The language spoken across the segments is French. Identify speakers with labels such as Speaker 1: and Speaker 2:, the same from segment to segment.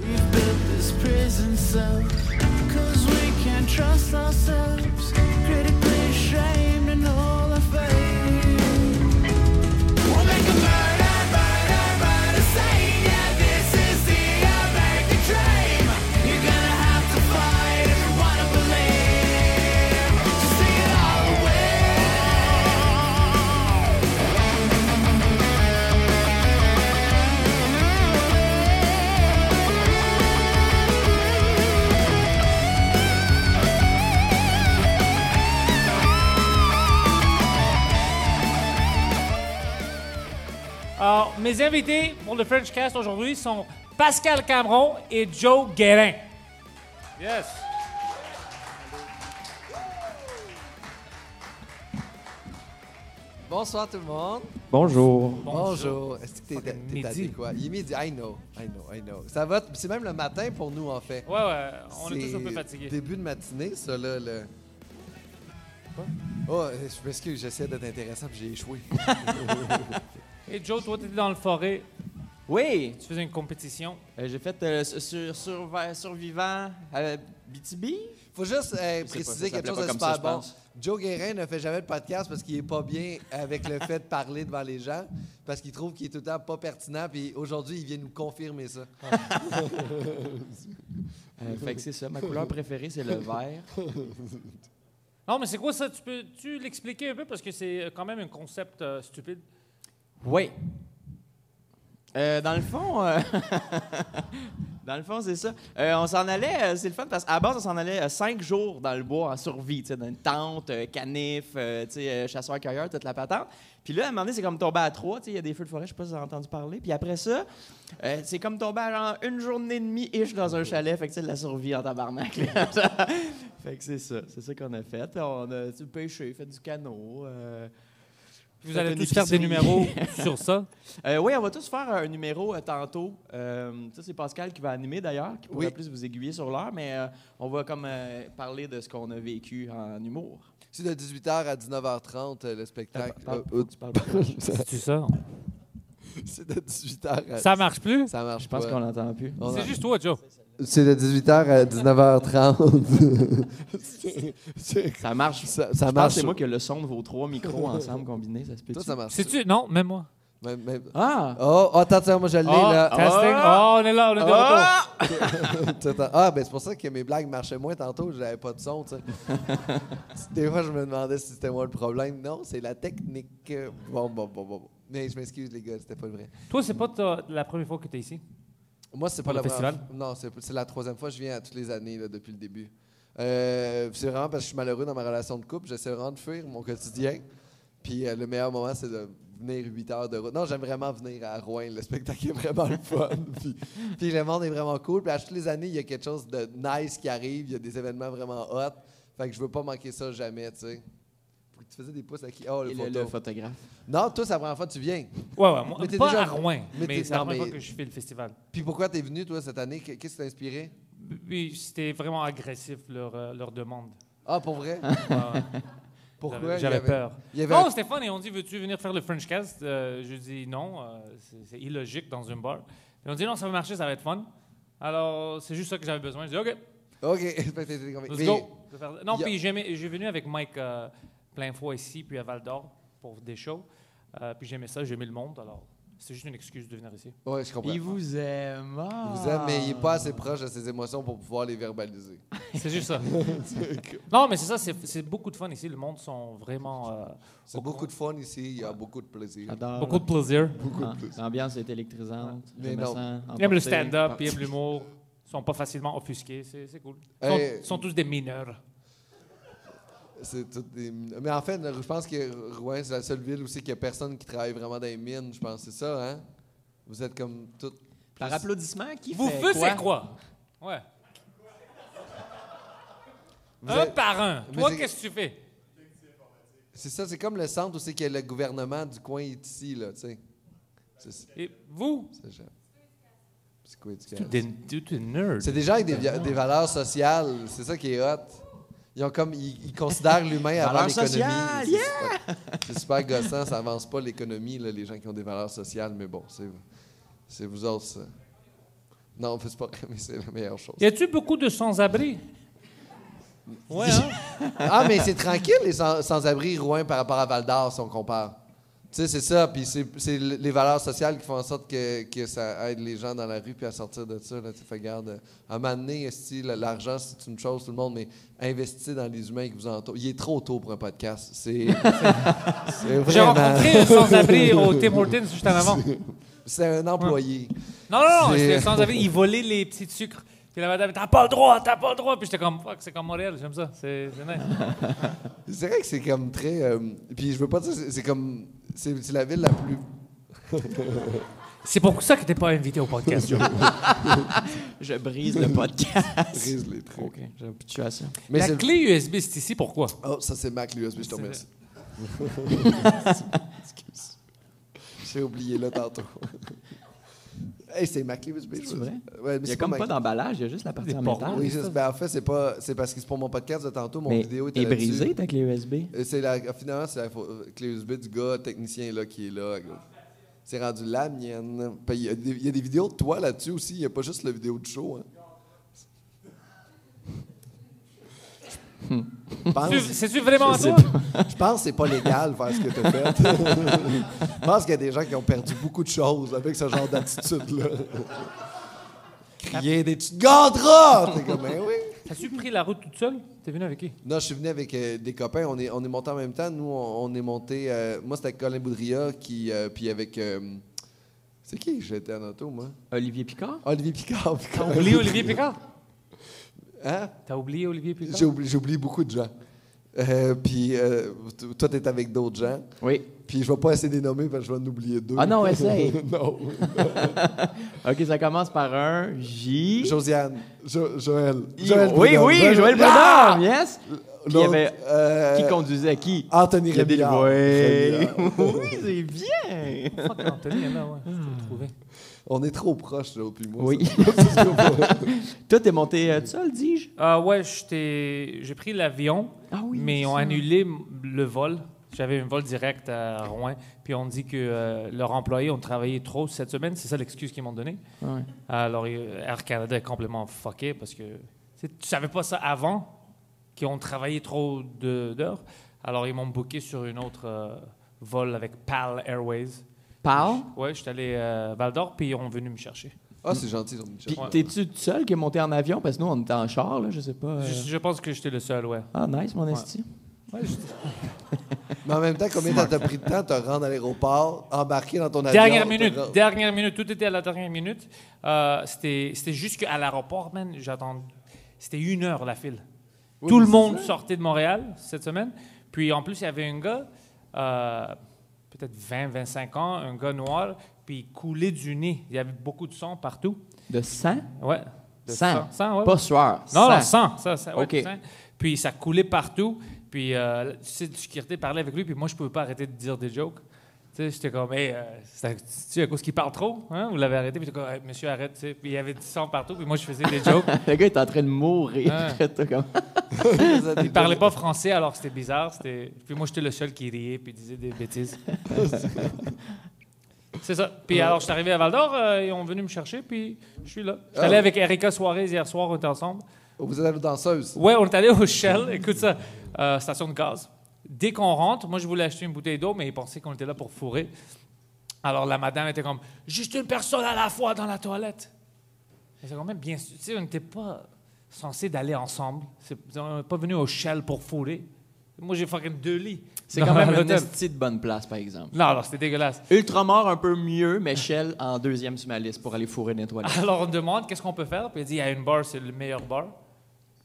Speaker 1: We've built this prison cell Cause we can't trust ourselves Critically ashamed in all our faith We'll make a murder, murder, murder scene Yeah, this is the American dream You're gonna have to fight if you wanna believe Just take it all away
Speaker 2: Alors, mes invités pour le French Cast aujourd'hui sont Pascal Cameron et Joe Guérin.
Speaker 3: Yes.
Speaker 4: Bonsoir tout le monde.
Speaker 5: Bonjour.
Speaker 4: Bonjour. Est-ce que t'es- t'es
Speaker 2: Fucking
Speaker 4: t'es
Speaker 2: midi.
Speaker 4: adéquat? Il est midi. I know. I know. I know. Ça va. t- C'est même le matin pour nous en fait.
Speaker 2: Ouais, ouais, on est,
Speaker 4: C'est
Speaker 2: tous un peu fatigués.
Speaker 4: Début de matinée, ça là. Le... Quoi? Oh, euh, je m'excuse, j'essaie d'être intéressant puis j'ai échoué.
Speaker 2: Et Joe, toi, t'étais dans le forêt,
Speaker 5: Oui,
Speaker 2: tu faisais une compétition.
Speaker 5: euh, j'ai fait euh, sur, sur- euh, survivant à BTB.
Speaker 4: Faut juste euh,
Speaker 5: pas,
Speaker 4: préciser
Speaker 5: ça
Speaker 4: quelque
Speaker 5: s'appelait
Speaker 4: chose
Speaker 5: pas
Speaker 4: de
Speaker 5: comme ça,
Speaker 4: super
Speaker 5: je
Speaker 4: bon.
Speaker 5: pense.
Speaker 4: Joe Guérin ne fait jamais de podcast parce qu'il est pas bien avec le fait de parler devant les gens, parce qu'il trouve qu'il est tout le temps pas pertinent. Puis aujourd'hui, il vient nous confirmer ça.
Speaker 5: Euh, fait que c'est ça, ma couleur préférée c'est le vert.
Speaker 2: Non, mais c'est quoi ça? Tu peux-tu l'expliquer un peu? Parce que c'est quand même un concept euh, stupide.
Speaker 5: Oui. Euh, dans le fond, euh, dans le fond, c'est ça. Euh, on s'en allait, euh, c'est le fun parce qu'à la base, on s'en allait euh, cinq jours dans le bois en survie, tu sais, dans une tente, euh, canif, euh, tu sais, euh, chasseur-cueilleur, toute la patente. Puis là, à un moment donné, c'est comme tomber à trois, tu sais, il y a des feux de forêt, je sais pas si vous avez entendu parler. Puis après ça, euh, c'est comme tomber à genre une journée et demie ish dans un chalet, fait que c'est de la survie en tabarnak. là. fait que c'est ça, c'est ça qu'on a fait. On a tu sais, pêché, fait du canot. euh,
Speaker 2: Vous
Speaker 5: Faites
Speaker 2: allez
Speaker 5: une
Speaker 2: tous faire des
Speaker 5: épicerie.
Speaker 2: numéros sur ça.
Speaker 5: euh, oui, on va tous faire un numéro euh, tantôt. Euh, ça, c'est Pascal qui va animer d'ailleurs, qui pourra
Speaker 4: Oui.
Speaker 5: plus vous aiguiller sur l'heure, mais euh, on va comme euh, parler de ce qu'on a vécu en humour.
Speaker 4: C'est de 18h à 19h30 euh, le spectacle.
Speaker 5: Parle-
Speaker 4: Euh, euh,
Speaker 5: tu parles pas.
Speaker 2: C'est ça.
Speaker 4: C'est de 18h à...
Speaker 2: Ça marche plus?
Speaker 4: Euh, Ça marche
Speaker 5: Je pense
Speaker 4: pas.
Speaker 5: qu'on l'entend plus.
Speaker 4: On a-
Speaker 2: C'est juste toi, Joe.
Speaker 4: C'est de 18h à 19h30.
Speaker 5: Ça marche. Ça,
Speaker 4: ça, ça
Speaker 5: marche.
Speaker 4: marche.
Speaker 5: C'est moi qui ai le son de vos trois micros ensemble combinés, ça se peut.
Speaker 4: Toi, ça marche.
Speaker 2: C'est-tu? Non, même moi.
Speaker 4: Même- même-
Speaker 5: Ah!
Speaker 4: Oh, oh, attends, attends, moi je l'ai
Speaker 2: Ah,
Speaker 4: là.
Speaker 2: Testing.
Speaker 5: Ah!
Speaker 2: Oh, on est là, on est de retour.
Speaker 5: Ah!
Speaker 4: Attends, attends. Ah, ben c'est pour ça que mes blagues marchaient moins tantôt, j'avais pas de son, tu sais. Des fois, je me demandais si c'était moi le problème. Non, c'est la technique. Bon, bon, bon, bon. bon. Mais je m'excuse, les gars, c'était pas vrai.
Speaker 2: Toi, c'est pas ta- la première fois que t'es ici?
Speaker 4: Moi, c'est pas
Speaker 2: Pour
Speaker 4: la
Speaker 2: le
Speaker 4: première
Speaker 2: festival?
Speaker 4: fois- Non, c'est c'est la troisième fois. Je viens à toutes les années là, depuis le début. Euh, c'est vraiment parce que je suis malheureux dans ma relation de couple. J'essaie vraiment de fuir mon quotidien. Puis euh, le meilleur moment, c'est de venir 8 heures de route. Non, j'aime vraiment venir à Rouen. Le spectacle est vraiment le fun. puis, puis le monde est vraiment cool. Puis à toutes les années, il y a quelque chose de nice qui arrive. Il y a des événements vraiment hot. Fait que je veux pas manquer ça jamais, tu sais. Faut que Tu faisais des pouces à qui? Oh, le,
Speaker 5: Et le,
Speaker 4: photo.
Speaker 5: le photographe.
Speaker 4: Non, toi, c'est la première fois que tu viens.
Speaker 2: Ouais, ouais, moi,
Speaker 4: Mais t'es
Speaker 2: pas
Speaker 4: déjà-
Speaker 2: à Rouen, mais,
Speaker 4: mais t'es-
Speaker 2: c'est la
Speaker 4: non,
Speaker 2: première
Speaker 4: mais-
Speaker 2: fois que je fais le festival.
Speaker 4: Puis pourquoi t'es venu, toi, cette année? Qu'est-ce qui t'a inspiré?
Speaker 2: Puis c'était vraiment agressif, leur, euh, leur demande.
Speaker 4: Ah, pour vrai?
Speaker 2: Ouais, ouais. J'avais-
Speaker 4: Pourquoi? il y
Speaker 2: J'avais
Speaker 4: avait-
Speaker 2: peur.
Speaker 4: Il y avait
Speaker 2: Non, Stéphane, et on dit Veux-tu venir faire le French cast Euh, Je dis non, euh, c'est c'est illogique dans un bar. Puis on dit Non, ça va marcher, ça va être fun. Alors, c'est juste ça que j'avais besoin. Je dis OK,
Speaker 4: OK. Fait que t'étais convaincu.
Speaker 2: let's
Speaker 4: Mais-
Speaker 2: go. Je vais faire- Non,
Speaker 4: y a-
Speaker 2: puis j'ai aimé- j'ai venu avec Mike euh, plein fois ici, puis à Val d'Or pour des shows. Euh, puis j'aimais ça, j'aimais le monde. Alors, c'est juste une excuse de venir ici.
Speaker 4: Ouais, je comprends.
Speaker 5: Il
Speaker 4: Il
Speaker 5: vous aime. ah!
Speaker 4: vous aime, mais il n'est pas assez proche de ses émotions pour pouvoir les verbaliser.
Speaker 2: C'est juste ça. non, mais c'est ça, c'est c'est beaucoup de fun ici. Le monde sont vraiment. euh,
Speaker 4: C'est beaucoup de fun ici, il y a beaucoup de plaisir.
Speaker 5: J'adore.
Speaker 2: beaucoup de plaisir.
Speaker 5: Ah, L'ambiance est électrisante.
Speaker 4: Mais
Speaker 5: Je me
Speaker 4: non.
Speaker 5: sens
Speaker 2: Ils aiment le
Speaker 5: emporté.
Speaker 2: stand-up, ils aiment l'humour. Ils sont pas facilement offusqués, c'est c'est cool. Ils sont,
Speaker 4: Hey.
Speaker 2: ils sont tous des mineurs.
Speaker 4: C'est toutes des- Mais en fait, je pense que Rouen, c'est la seule ville où c'est qu'il n'y a personne qui travaille vraiment dans les mines, je pense. C'est ça, hein? Vous êtes comme tout.
Speaker 5: Par applaudissement, qui
Speaker 2: Vous
Speaker 5: fait
Speaker 2: faisiez
Speaker 5: quoi?
Speaker 2: quoi? Ouais.
Speaker 4: Vous
Speaker 2: Un
Speaker 4: êtes-
Speaker 2: par un.
Speaker 4: Mais
Speaker 2: Toi,
Speaker 4: c'est-
Speaker 2: qu'est-ce que tu fais?
Speaker 4: C'est ça, c'est comme le centre où c'est que le gouvernement du coin est ici, là, tu sais. C'est ça,
Speaker 2: Et vous?
Speaker 4: j'aime. Psychoéducation.
Speaker 2: Tu es nerd.
Speaker 4: C'est des gens avec des, via- des valeurs sociales, c'est ça qui est hot. Ils ont comme ils, ils considèrent l'humain avant
Speaker 5: Valeurs
Speaker 4: l'économie.
Speaker 5: sociales,
Speaker 4: C'est super- C'est super gossant, ça avance pas l'économie là, les gens qui ont des valeurs sociales, mais bon, c'est c'est vous autres ça. Non, on fait pas mais c'est la meilleure chose.
Speaker 2: Y a-tu beaucoup de sans-abri? Ouais, hein?
Speaker 4: Ah, mais c'est tranquille, les sans- sans-abri Rouen par rapport à Val d'Or, si on compare. Tu sais, c'est ça. Puis c'est c'est l- les valeurs sociales qui font en sorte que, que ça aide les gens dans la rue puis à sortir de ça. Là, tu fais garde. À un moment donné, esti, l- l'argent, c'est une chose, tout le monde, mais investissez dans les humains qui vous entourent. Il est trop tôt pour un podcast. C'est. c'est
Speaker 2: J'ai
Speaker 4: vraiment-
Speaker 2: rencontré un sans-abri au Tim Hortons juste en avant.
Speaker 4: C'est un employé.
Speaker 2: Non, non, non,
Speaker 4: C'est-
Speaker 2: c'était le sans-abri. Ils volaient les petits sucres. Puis la madame, t'as pas le droit, t'as pas le droit. Puis j'étais comme, fuck, c'est comme Montréal, j'aime ça. C'est c'est nice.
Speaker 4: C'est vrai que c'est comme très. euh, puis je veux pas dire, c'est c'est comme. C'est c'est la ville la plus.
Speaker 2: C'est pour ça que t'es pas invité au podcast. Joe.
Speaker 5: Je brise le
Speaker 2: Ah,
Speaker 5: podcast.
Speaker 4: Brise les trucs.
Speaker 5: ok, j'ai habitué à ça.
Speaker 4: Mais
Speaker 2: la
Speaker 4: c'est-
Speaker 2: clé USB, c'est ici, pourquoi?
Speaker 4: Oh, ça c'est Mac, l'USB, je te remercie. J'ai oublié là tantôt. hey, c'est Mac, l'USB.
Speaker 5: C'est vrai?
Speaker 4: Ouais, mais
Speaker 5: Il n'y
Speaker 4: c'est
Speaker 5: a comme
Speaker 4: Mac.
Speaker 5: pas d'emballage, il y a juste la partie en
Speaker 2: pornos.
Speaker 5: métal.
Speaker 4: Oui, c'est- ben, en fait, c'est pas. C'est parce que c'est pour mon podcast de tantôt, mon
Speaker 5: Mais
Speaker 4: vidéo était
Speaker 5: est
Speaker 4: là-dessus.
Speaker 5: brisé avec les USB.
Speaker 4: Et C'est la, finalement, c'est la fa- clé USB du gars technicien là, qui est là. gars. C'est rendu la mienne. Puis Il y, a des- il y a des vidéos de toi là-dessus aussi. Il n'y a pas juste la vidéo du show. Hein.
Speaker 5: Hmm.
Speaker 4: Je pense-
Speaker 2: Tu- C'est-tu vraiment à
Speaker 4: sais
Speaker 2: toi?
Speaker 4: Je pense que c'est pas légal faire ce que tu as fait. Je pense qu'il y a des gens qui ont perdu beaucoup de choses avec ce genre d'attitude-là. Crier des petites garderas! T'es comme, ben oui!
Speaker 2: As-tu pris la route toute seule? T'es venu avec qui?
Speaker 4: Non, je suis venu avec euh, des copains. On est, on est monté en même temps. Nous, on, on est monté. euh, moi, c'était avec Colin Boudria, qui, euh, puis avec. euh, c'est qui j'étais en auto, moi?
Speaker 5: Olivier Picard?
Speaker 4: Olivier Picard. puis
Speaker 2: T'as
Speaker 4: Colin
Speaker 2: oublié
Speaker 4: Boudria.
Speaker 2: Olivier Picard?
Speaker 4: Hein?
Speaker 2: T'as oublié Olivier
Speaker 4: J'ai
Speaker 2: Picard?
Speaker 4: oublié, j'ai oublié beaucoup de gens. Euh, puis euh, t- toi, t'es avec d'autres gens.
Speaker 5: Oui.
Speaker 4: Puis je vais pas essayer de les nommer parce que je vais en oublier deux.
Speaker 5: Ah non, essaye.
Speaker 4: non.
Speaker 5: OK, ça commence par un J.
Speaker 4: Josiane. Jo- Joël.
Speaker 5: oui,
Speaker 4: Prudhomme.
Speaker 5: oui, Joël Prudhomme,
Speaker 4: Ah!
Speaker 5: yes. Puis il y
Speaker 4: L'autre,
Speaker 5: avait-
Speaker 4: euh,
Speaker 5: Qui conduisait qui?
Speaker 4: Anthony
Speaker 5: Il y a des-
Speaker 4: Rémillard.
Speaker 5: Ouais.
Speaker 4: Rémillard.
Speaker 5: Oui, c'est bien.
Speaker 2: Fuck, Anthony, là, ouais. Je
Speaker 4: Hmm.
Speaker 2: t'ai trouvé.
Speaker 4: On est trop proches, là, puis moi.
Speaker 5: Oui.
Speaker 4: ça- c'est ce qu'on va-
Speaker 5: Toi, t'es monté euh, tout seul, dis-je?
Speaker 2: Ah ouais, j'étais- j'ai pris l'avion,
Speaker 5: Ah oui,
Speaker 2: mais
Speaker 5: c'est
Speaker 2: ils ont
Speaker 5: ça.
Speaker 2: annulé m- le vol. J'avais un vol direct à Rouen, puis on dit que euh, leurs employés ont travaillé trop cette semaine. C'est ça l'excuse qu'ils m'ont donnée.
Speaker 5: Ouais.
Speaker 2: Alors, euh, Air Canada est complètement fucké parce que tu sais, tu savais pas ça avant, qu'ils ont travaillé trop de- d'heures. Alors, ils m'ont booké sur une autre euh, vol avec PAL Airways.
Speaker 5: Parle.
Speaker 2: Ouais, j'étais allé à Val d'Or, puis ils ont venu me chercher.
Speaker 4: Ah, c'est gentil, ils ont mis une
Speaker 5: Puis
Speaker 4: chance.
Speaker 5: t'es-tu tout seul qui est monté en avion? Parce que nous, on était en char, là, je sais pas. euh.
Speaker 2: Je, je pense que j'étais le seul, ouais.
Speaker 5: Ah, nice, mon esti.
Speaker 2: Ouais, j'étais-
Speaker 4: Mais en même temps, combien t'as t'as pris de temps de te rendre à l'aéroport, embarquer dans ton avion?
Speaker 2: Dernière
Speaker 4: te
Speaker 2: minute,
Speaker 4: rendre-
Speaker 2: dernière minute, tout était à la dernière minute. Euh, c'était c'était juste qu'à l'aéroport, man, j'attends. C'était une heure la file.
Speaker 4: Oui,
Speaker 2: tout
Speaker 4: mais
Speaker 2: le
Speaker 4: c'est
Speaker 2: monde
Speaker 4: ça.
Speaker 2: sortait de Montréal cette semaine. Puis en plus, il y avait un gars, euh, peut-être 20-25 ans, un gars noir, puis il coulait du nez. Il y avait beaucoup de sang partout.
Speaker 5: De sang?
Speaker 2: Ouais. De
Speaker 5: Sang.
Speaker 2: ouais,
Speaker 5: Pas sueur.
Speaker 2: non, non,
Speaker 5: sang.
Speaker 2: sang. Ça, ça, ouais,
Speaker 5: OK.
Speaker 2: du sang. Puis ça coulait partout. Puis euh, tu sais, du sécurité parlait avec lui. Puis moi, je pouvais pas arrêter de dire des jokes. Tu sais, j'étais comme, hey, euh, c'est à- c'est à cause qu'il parle trop. Hein? Vous l'avez arrêté. Puis j'étais comme, Hey, monsieur, arrête. tu sais. Puis il y avait du sang partout. Puis moi, je faisais des jokes.
Speaker 5: Le gars est en train de mourir.
Speaker 2: Ah.
Speaker 5: T'as comme-
Speaker 2: il parlait pas français, alors c'était bizarre. C'était... Puis moi, j'étais le seul qui riait puis disait des bêtises. c'est ça. Puis alors, je suis arrivé à Val d'Or. euh, ils ont venu me chercher. Puis je suis là. Je suis allé
Speaker 4: Ah.
Speaker 2: avec Erika Suarez hier soir. On était ensemble.
Speaker 4: Vous êtes allé aux danseuses.
Speaker 2: Ouais, on est allé au Shell, écoute ça, euh, station de gaz. Dès qu'on rentre, moi je voulais acheter une bouteille d'eau, mais ils pensaient qu'on était là pour fourrer. Alors la madame était comme juste une personne à la fois dans la toilette. Et C'est quand même bien sûr, tu sais, on n'était pas censés d'aller ensemble. C'est- on n'est pas venu au Shell pour fourrer. Moi j'ai fucking deux lits.
Speaker 5: C'est
Speaker 2: dans
Speaker 5: quand même
Speaker 2: l'hôtel.
Speaker 5: une esti de bonne place, par exemple.
Speaker 2: Non, alors c'était dégueulasse.
Speaker 5: Ultramar un peu mieux, mais Shell en deuxième sur ma liste pour aller fourrer dans les toilettes.
Speaker 2: Alors on demande qu'est-ce qu'on peut faire. Puis il dit il y a une bar, c'est le meilleur bar.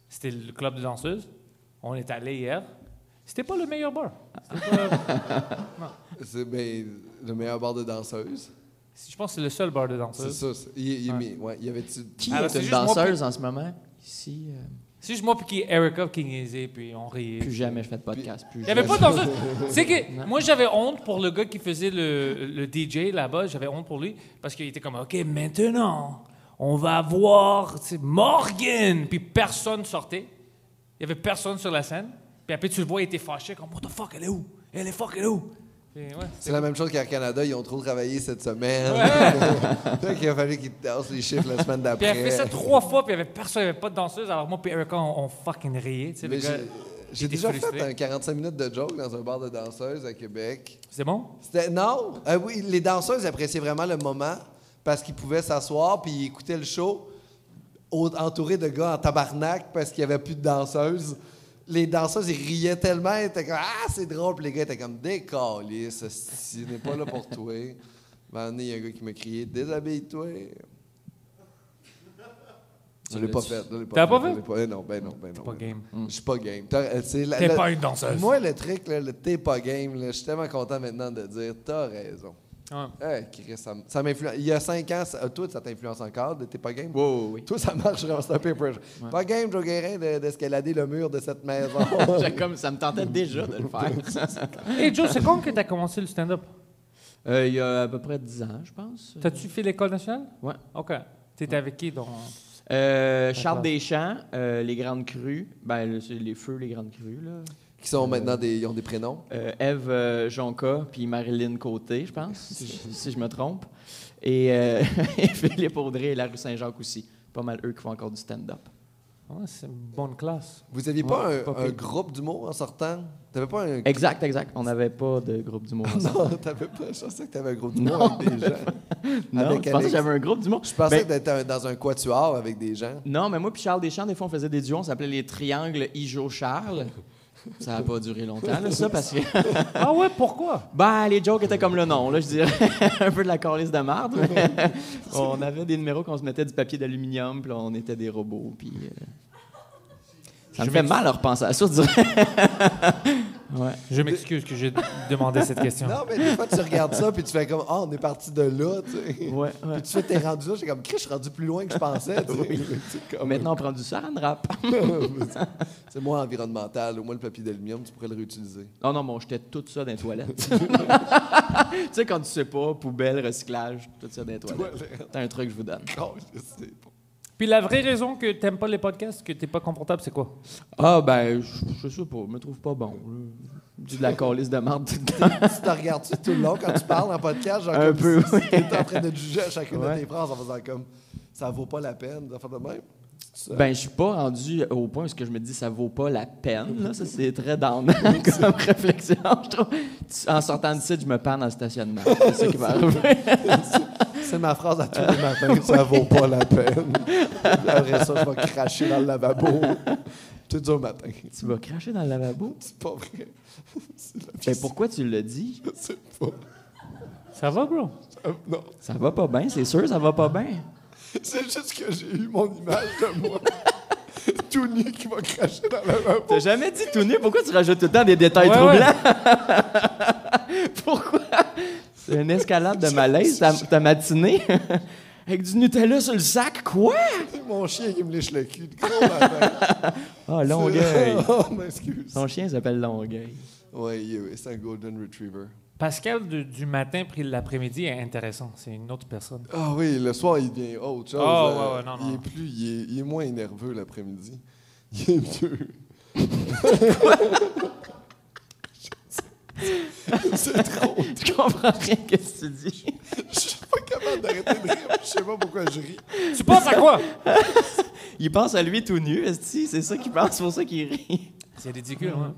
Speaker 2: C'était le club de danseuses. On est allé hier. C'était pas le meilleur bar. C'était pas-
Speaker 4: C'est ben, le meilleur bar de danseuses.
Speaker 2: Je pense que c'est le seul bar de
Speaker 4: C'est
Speaker 2: danseuse.
Speaker 4: ça. c'est- Il, il,
Speaker 2: Ouais.
Speaker 4: mais, ouais, il y avait-tu.
Speaker 5: Qui
Speaker 2: Alors,
Speaker 5: est
Speaker 2: c'est
Speaker 5: une
Speaker 2: juste moi
Speaker 5: danseuse en ce moment? Ici, euh,
Speaker 2: C'est juste moi puis qui Erica qui niaisait, puis on riait.
Speaker 5: plus jamais je fais de podcast. Plus
Speaker 2: Il n'y avait
Speaker 5: jamais.
Speaker 2: pas de danseuse. C'est que moi, j'avais honte pour le gars qui faisait le, le DJ là-bas. J'avais honte pour lui parce qu'il était comme OK, maintenant, on va voir tu sais, Morgan. Puis personne sortait. Il n'y avait personne sur la scène. Puis après, tu le vois, il était fâché comme What the fuck, elle est où Elle est fuck, elle est où Puis, ouais,
Speaker 4: C'est la même chose qu'à Canada, ils ont trop travaillé cette semaine. Fait qu'il a fallu qu'ils tassent les chiffres la semaine
Speaker 2: Puis
Speaker 4: d'après.
Speaker 2: elle a fait ça trois fois, puis il n'y avait personne, il n'y avait pas de danseuse. Alors moi, puis Erica, on, on fucking riait. tu sais, le
Speaker 4: Mais
Speaker 2: gars,
Speaker 4: j'ai-
Speaker 2: il
Speaker 4: J'ai
Speaker 2: était
Speaker 4: déjà
Speaker 2: frustré.
Speaker 4: fait un 45 minutes de joke dans un bar de danseuses à Québec.
Speaker 2: C'est bon
Speaker 4: C'était- non, Euh, oui, les danseuses appréciaient vraiment le moment parce qu'ils pouvaient s'asseoir puis ils écoutaient le show au- entourés de gars en tabarnak parce qu'il n'y avait plus de danseuses. Les danseuses, ils riaient tellement, ils étaient comme Ah, c'est drôle. Puis les gars étaient comme Décalé, ce style n'est pas là pour toi. Ben, il y a un gars qui m'a crié Déshabille-toi. Je l'ai pas fait. je l'ai
Speaker 2: T'as pas
Speaker 4: je
Speaker 2: fait?
Speaker 4: l'ai Eh Non, ben non, ben non.
Speaker 2: pas
Speaker 4: ben non.
Speaker 2: game.
Speaker 4: Je suis pas game. T'as- euh, c'est la-
Speaker 2: T'es
Speaker 4: la-
Speaker 2: pas une danseuse.
Speaker 4: Moi, le truc, là, le t'es pas game, là, je suis tellement content maintenant de dire t'as raison.
Speaker 2: Ouais.
Speaker 4: Hey, Chris, ça, m- ça m'influence. Il y a cinq ans, ça- euh, toi, ça t'influence encore de t'es pas game.
Speaker 5: Wow, oui.
Speaker 4: Toi, ça marche, je un peu pressure. Pas game, Joe Guérin, de- d'escalader le mur de cette maison.
Speaker 5: J'ai comme- ça me tentait déjà de le faire.
Speaker 2: Hey Joe, c'est quand que t'as commencé le stand-up?
Speaker 5: Euh, il y a à peu près 10 ans, je pense.
Speaker 2: T'as-tu fait l'école nationale?
Speaker 5: Ouais.
Speaker 2: OK. T'étais avec qui donc?
Speaker 5: Euh, Charles
Speaker 2: D'accord.
Speaker 5: Deschamps, euh, Les Grandes Crues. Ben, le- c'est les feux, les Grandes Crues, là.
Speaker 4: qui sont maintenant des, ils ont des prénoms.
Speaker 5: Euh, Eve euh, Jonca, puis Marilyn Côté, je pense, si, je- si je me trompe. Et, euh, et Philippe Audrey et la rue Saint-Jacques aussi. Pas mal eux qui font encore du stand-up.
Speaker 2: Ouais, c'est une bonne classe.
Speaker 4: Vous aviez pas
Speaker 2: Ouais,
Speaker 4: un,
Speaker 2: pas
Speaker 4: un
Speaker 2: pire.
Speaker 4: groupe d'humour en sortant? T'avais pas un.
Speaker 5: Exact, exact. On n'avait pas de groupe d'humour.
Speaker 4: Non, t'avais pas. Je pensais que t'avais un groupe d'humour avec des gens.
Speaker 5: non,
Speaker 4: Avec
Speaker 5: je pensais
Speaker 4: Alex.
Speaker 5: que j'avais un groupe d'humour.
Speaker 4: Je pensais
Speaker 5: Ben,
Speaker 4: que t'étais un- dans un quatuor avec des gens.
Speaker 5: Non, mais moi puis Charles Deschamps, des fois, on faisait des duos. On s'appelait les Triangles Ijo-Charles. Ça n'a pas duré longtemps, là, ça, parce que...
Speaker 2: Ah ouais, pourquoi?
Speaker 5: Ben, les jokes étaient comme le nom, là, je dirais. un peu de la corlisse de marde, mais on avait des numéros qu'on se mettait du papier d'aluminium, puis là, on était des robots, puis... euh, Ça me fait mal à repenser à ça, je dirais. ouais.
Speaker 2: Je m'excuse que j'ai demandé cette question.
Speaker 4: Non, mais des fois, tu regardes ça, puis tu fais comme, ah, on est parti de là, tu sais.
Speaker 5: Ouais, ouais.
Speaker 4: Puis tu fais, t'es rendu là, j'ai comme, Chris, je suis rendu plus loin que je pensais, tu sais. C'est comme-
Speaker 5: Maintenant, on prend du saran wrap.
Speaker 4: C'est moins environnemental. Au moins, le papier d'aluminium, tu pourrais le réutiliser.
Speaker 5: Non, non, mais on jetait tout ça dans les toilettes. tu sais, quand tu sais pas, poubelle, recyclage, tout ça dans les toilettes. T'as un truc, je vous donne.
Speaker 4: Oh, je sais pas.
Speaker 2: Puis la vraie raison que t'aimes pas les podcasts, que t'es pas confortable, c'est quoi?
Speaker 5: Ah, ben, je je sais pas, je me trouve pas bon. là. J'ai de la corlisse de marde tout le temps.
Speaker 4: Tu te regardes-tu tout le long quand tu parles en podcast, genre,
Speaker 5: Un
Speaker 4: comme
Speaker 5: peu,
Speaker 4: si tu étais en train de juger à chacune
Speaker 5: Ouais.
Speaker 4: de tes phrases en faisant comme, ça vaut pas la peine de faire de même. Ça-
Speaker 5: Ben, je suis pas rendu au point où ce que je me dis ça vaut pas la peine. Là. Ça, c'est très down comme réflexion, je trouve. Tu- En sortant d'ici, je me panne en stationnement. C'est ça qui va arriver.
Speaker 4: C'est ma phrase à tous les matins, ça vaut pas la peine. Après ça, je vais cracher dans le lavabo. Tout dur matin.
Speaker 5: tu vas cracher dans le lavabo.
Speaker 4: C'est pas vrai. C'est la
Speaker 5: Ben, pourquoi tu le dis?
Speaker 4: Je sais pas.
Speaker 2: Ça va, bro?
Speaker 4: Euh, non.
Speaker 5: Ça va pas bien, c'est sûr, ça va pas bien.
Speaker 4: C'est juste que j'ai eu mon image de moi. tout nu qui va cracher dans la main.
Speaker 5: T'as jamais dit tout nu, pourquoi tu rajoutes tout le temps des détails
Speaker 2: Ouais,
Speaker 5: troublants? pourquoi? C'est une escalade de malaise, ta, ta matinée. Avec du Nutella sur le sac, quoi?
Speaker 4: Mon chien qui me lèche le cul. le Gros matin.
Speaker 5: Ah, Longueuil.
Speaker 4: oh, m'excuse.
Speaker 5: Son chien s'appelle Longueuil.
Speaker 4: Oui, c'est un Golden Retriever.
Speaker 2: Pascal de- du matin pris de l'après-midi est intéressant. C'est une autre personne.
Speaker 4: Ah oui, le soir, il devient autre chose. euh,
Speaker 2: Ah, ouais, ouais, non,
Speaker 4: il
Speaker 2: non.
Speaker 4: est plus, il est, il est moins nerveux l'après-midi. Il est mieux. C'est trop.
Speaker 5: Je comprends rien que ce que tu dis.
Speaker 4: Je suis pas capable d'arrêter de rire. Je sais pas pourquoi je ris.
Speaker 2: Tu penses à quoi?
Speaker 5: Il pense à lui tout nu, esti, c'est ça qu'il pense, c'est pour ça qu'il rit.
Speaker 2: C'est ridicule, hein?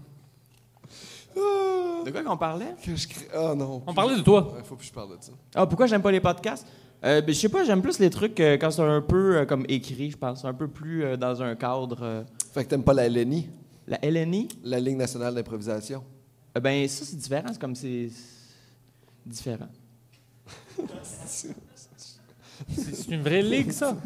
Speaker 4: Ah,
Speaker 5: De quoi qu'on parlait?
Speaker 4: que je crie. Ah non.
Speaker 2: On parlait de toi.
Speaker 4: Ouais, faut que je parle de ça.
Speaker 5: Ah, pourquoi j'aime pas les podcasts? Euh, ben, je sais pas, j'aime plus les trucs euh, quand c'est un peu euh, comme écrit, je pense, un peu plus euh, dans un cadre. euh,
Speaker 4: Fait que t'aimes pas la LNI,
Speaker 5: la LNI,
Speaker 4: la Ligue nationale d'improvisation.
Speaker 5: euh, ben ça c'est différent, c'est comme c'est c'est différent.
Speaker 2: C'est c'est une vraie ligue, ça.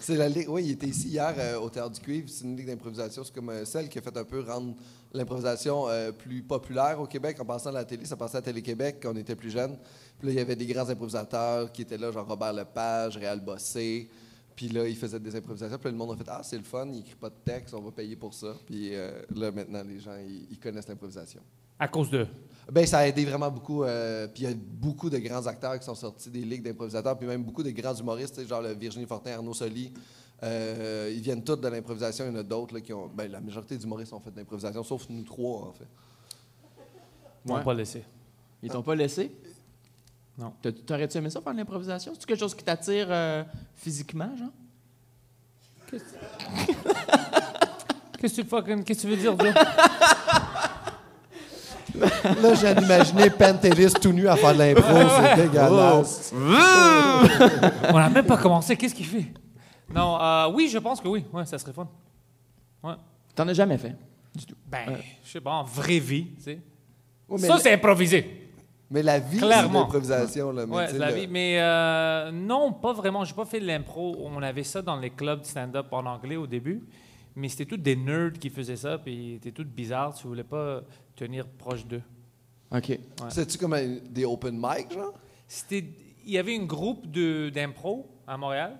Speaker 4: C'est la ligue. Oui, il était ici hier euh, au Théâtre du Cuivre. C'est une ligue d'improvisation. C'est comme euh, celle qui a fait un peu rendre l'improvisation euh, plus populaire au Québec en passant à la télé. Ça passait à Télé-Québec quand on était plus jeunes. Puis là, il y avait des grands improvisateurs qui étaient là, genre Robert Lepage, Réal Bossé. Puis là, ils faisaient des improvisations. Puis là, le monde a fait Ah, c'est le fun, il écrit pas de texte, on va payer pour ça. Puis euh, là, maintenant, les gens, ils- ils connaissent l'improvisation.
Speaker 2: À cause de.
Speaker 4: Ben, ça a aidé vraiment beaucoup. euh, puis il y a beaucoup de grands acteurs qui sont sortis des ligues d'improvisateurs, puis même beaucoup de grands humoristes, tu sais, genre le Virginie Fortin, Arnaud Soli. Euh, ils viennent tous de l'improvisation. Il y en a d'autres là, qui ont. Ben, la majorité des humoristes ont fait de l'improvisation, sauf nous trois, en fait.
Speaker 2: Ils m'ont
Speaker 5: Ouais.
Speaker 2: pas laissé.
Speaker 5: Ils t'ont pas laissé?
Speaker 2: Non.
Speaker 5: T'as- T'aurais-tu aimé ça faire de l'improvisation? C'est-tu quelque chose qui t'attire euh, physiquement, genre?
Speaker 2: Qu'est-ce que tu fucking- Qu'est-ce que tu veux dire, là?
Speaker 4: Là, j'ai imaginé Pantelis tout nu à faire de l'impro. C'est dégueulasse.
Speaker 2: On n'a même pas commencé. Qu'est-ce qu'il fait? Non, euh, oui, je pense que oui. Ouais, ça serait fun. Ouais.
Speaker 5: T'en as jamais fait.
Speaker 2: Ben, je sais pas, en vraie vie, tu sais.
Speaker 4: Ouais, mais,
Speaker 2: Ça,
Speaker 4: la-
Speaker 2: c'est improvisé.
Speaker 4: mais la vie, c'est
Speaker 2: Clairement.
Speaker 4: l'improvisation. Là, mais
Speaker 2: Ouais,
Speaker 4: tu
Speaker 2: c'est
Speaker 4: sais,
Speaker 2: la
Speaker 4: le-
Speaker 2: vie. Mais euh, non, pas vraiment. J'ai pas fait de l'impro. On avait ça dans les clubs de stand-up en anglais au début. Mais c'était tous des nerds qui faisaient ça. Puis ils étaient tous bizarres. Tu voulais pas tenir proche d'eux.
Speaker 5: OK.
Speaker 4: C'est-tu comme un- des open mic, genre?
Speaker 2: C'était, il y avait une groupe de, d'impro à Montréal.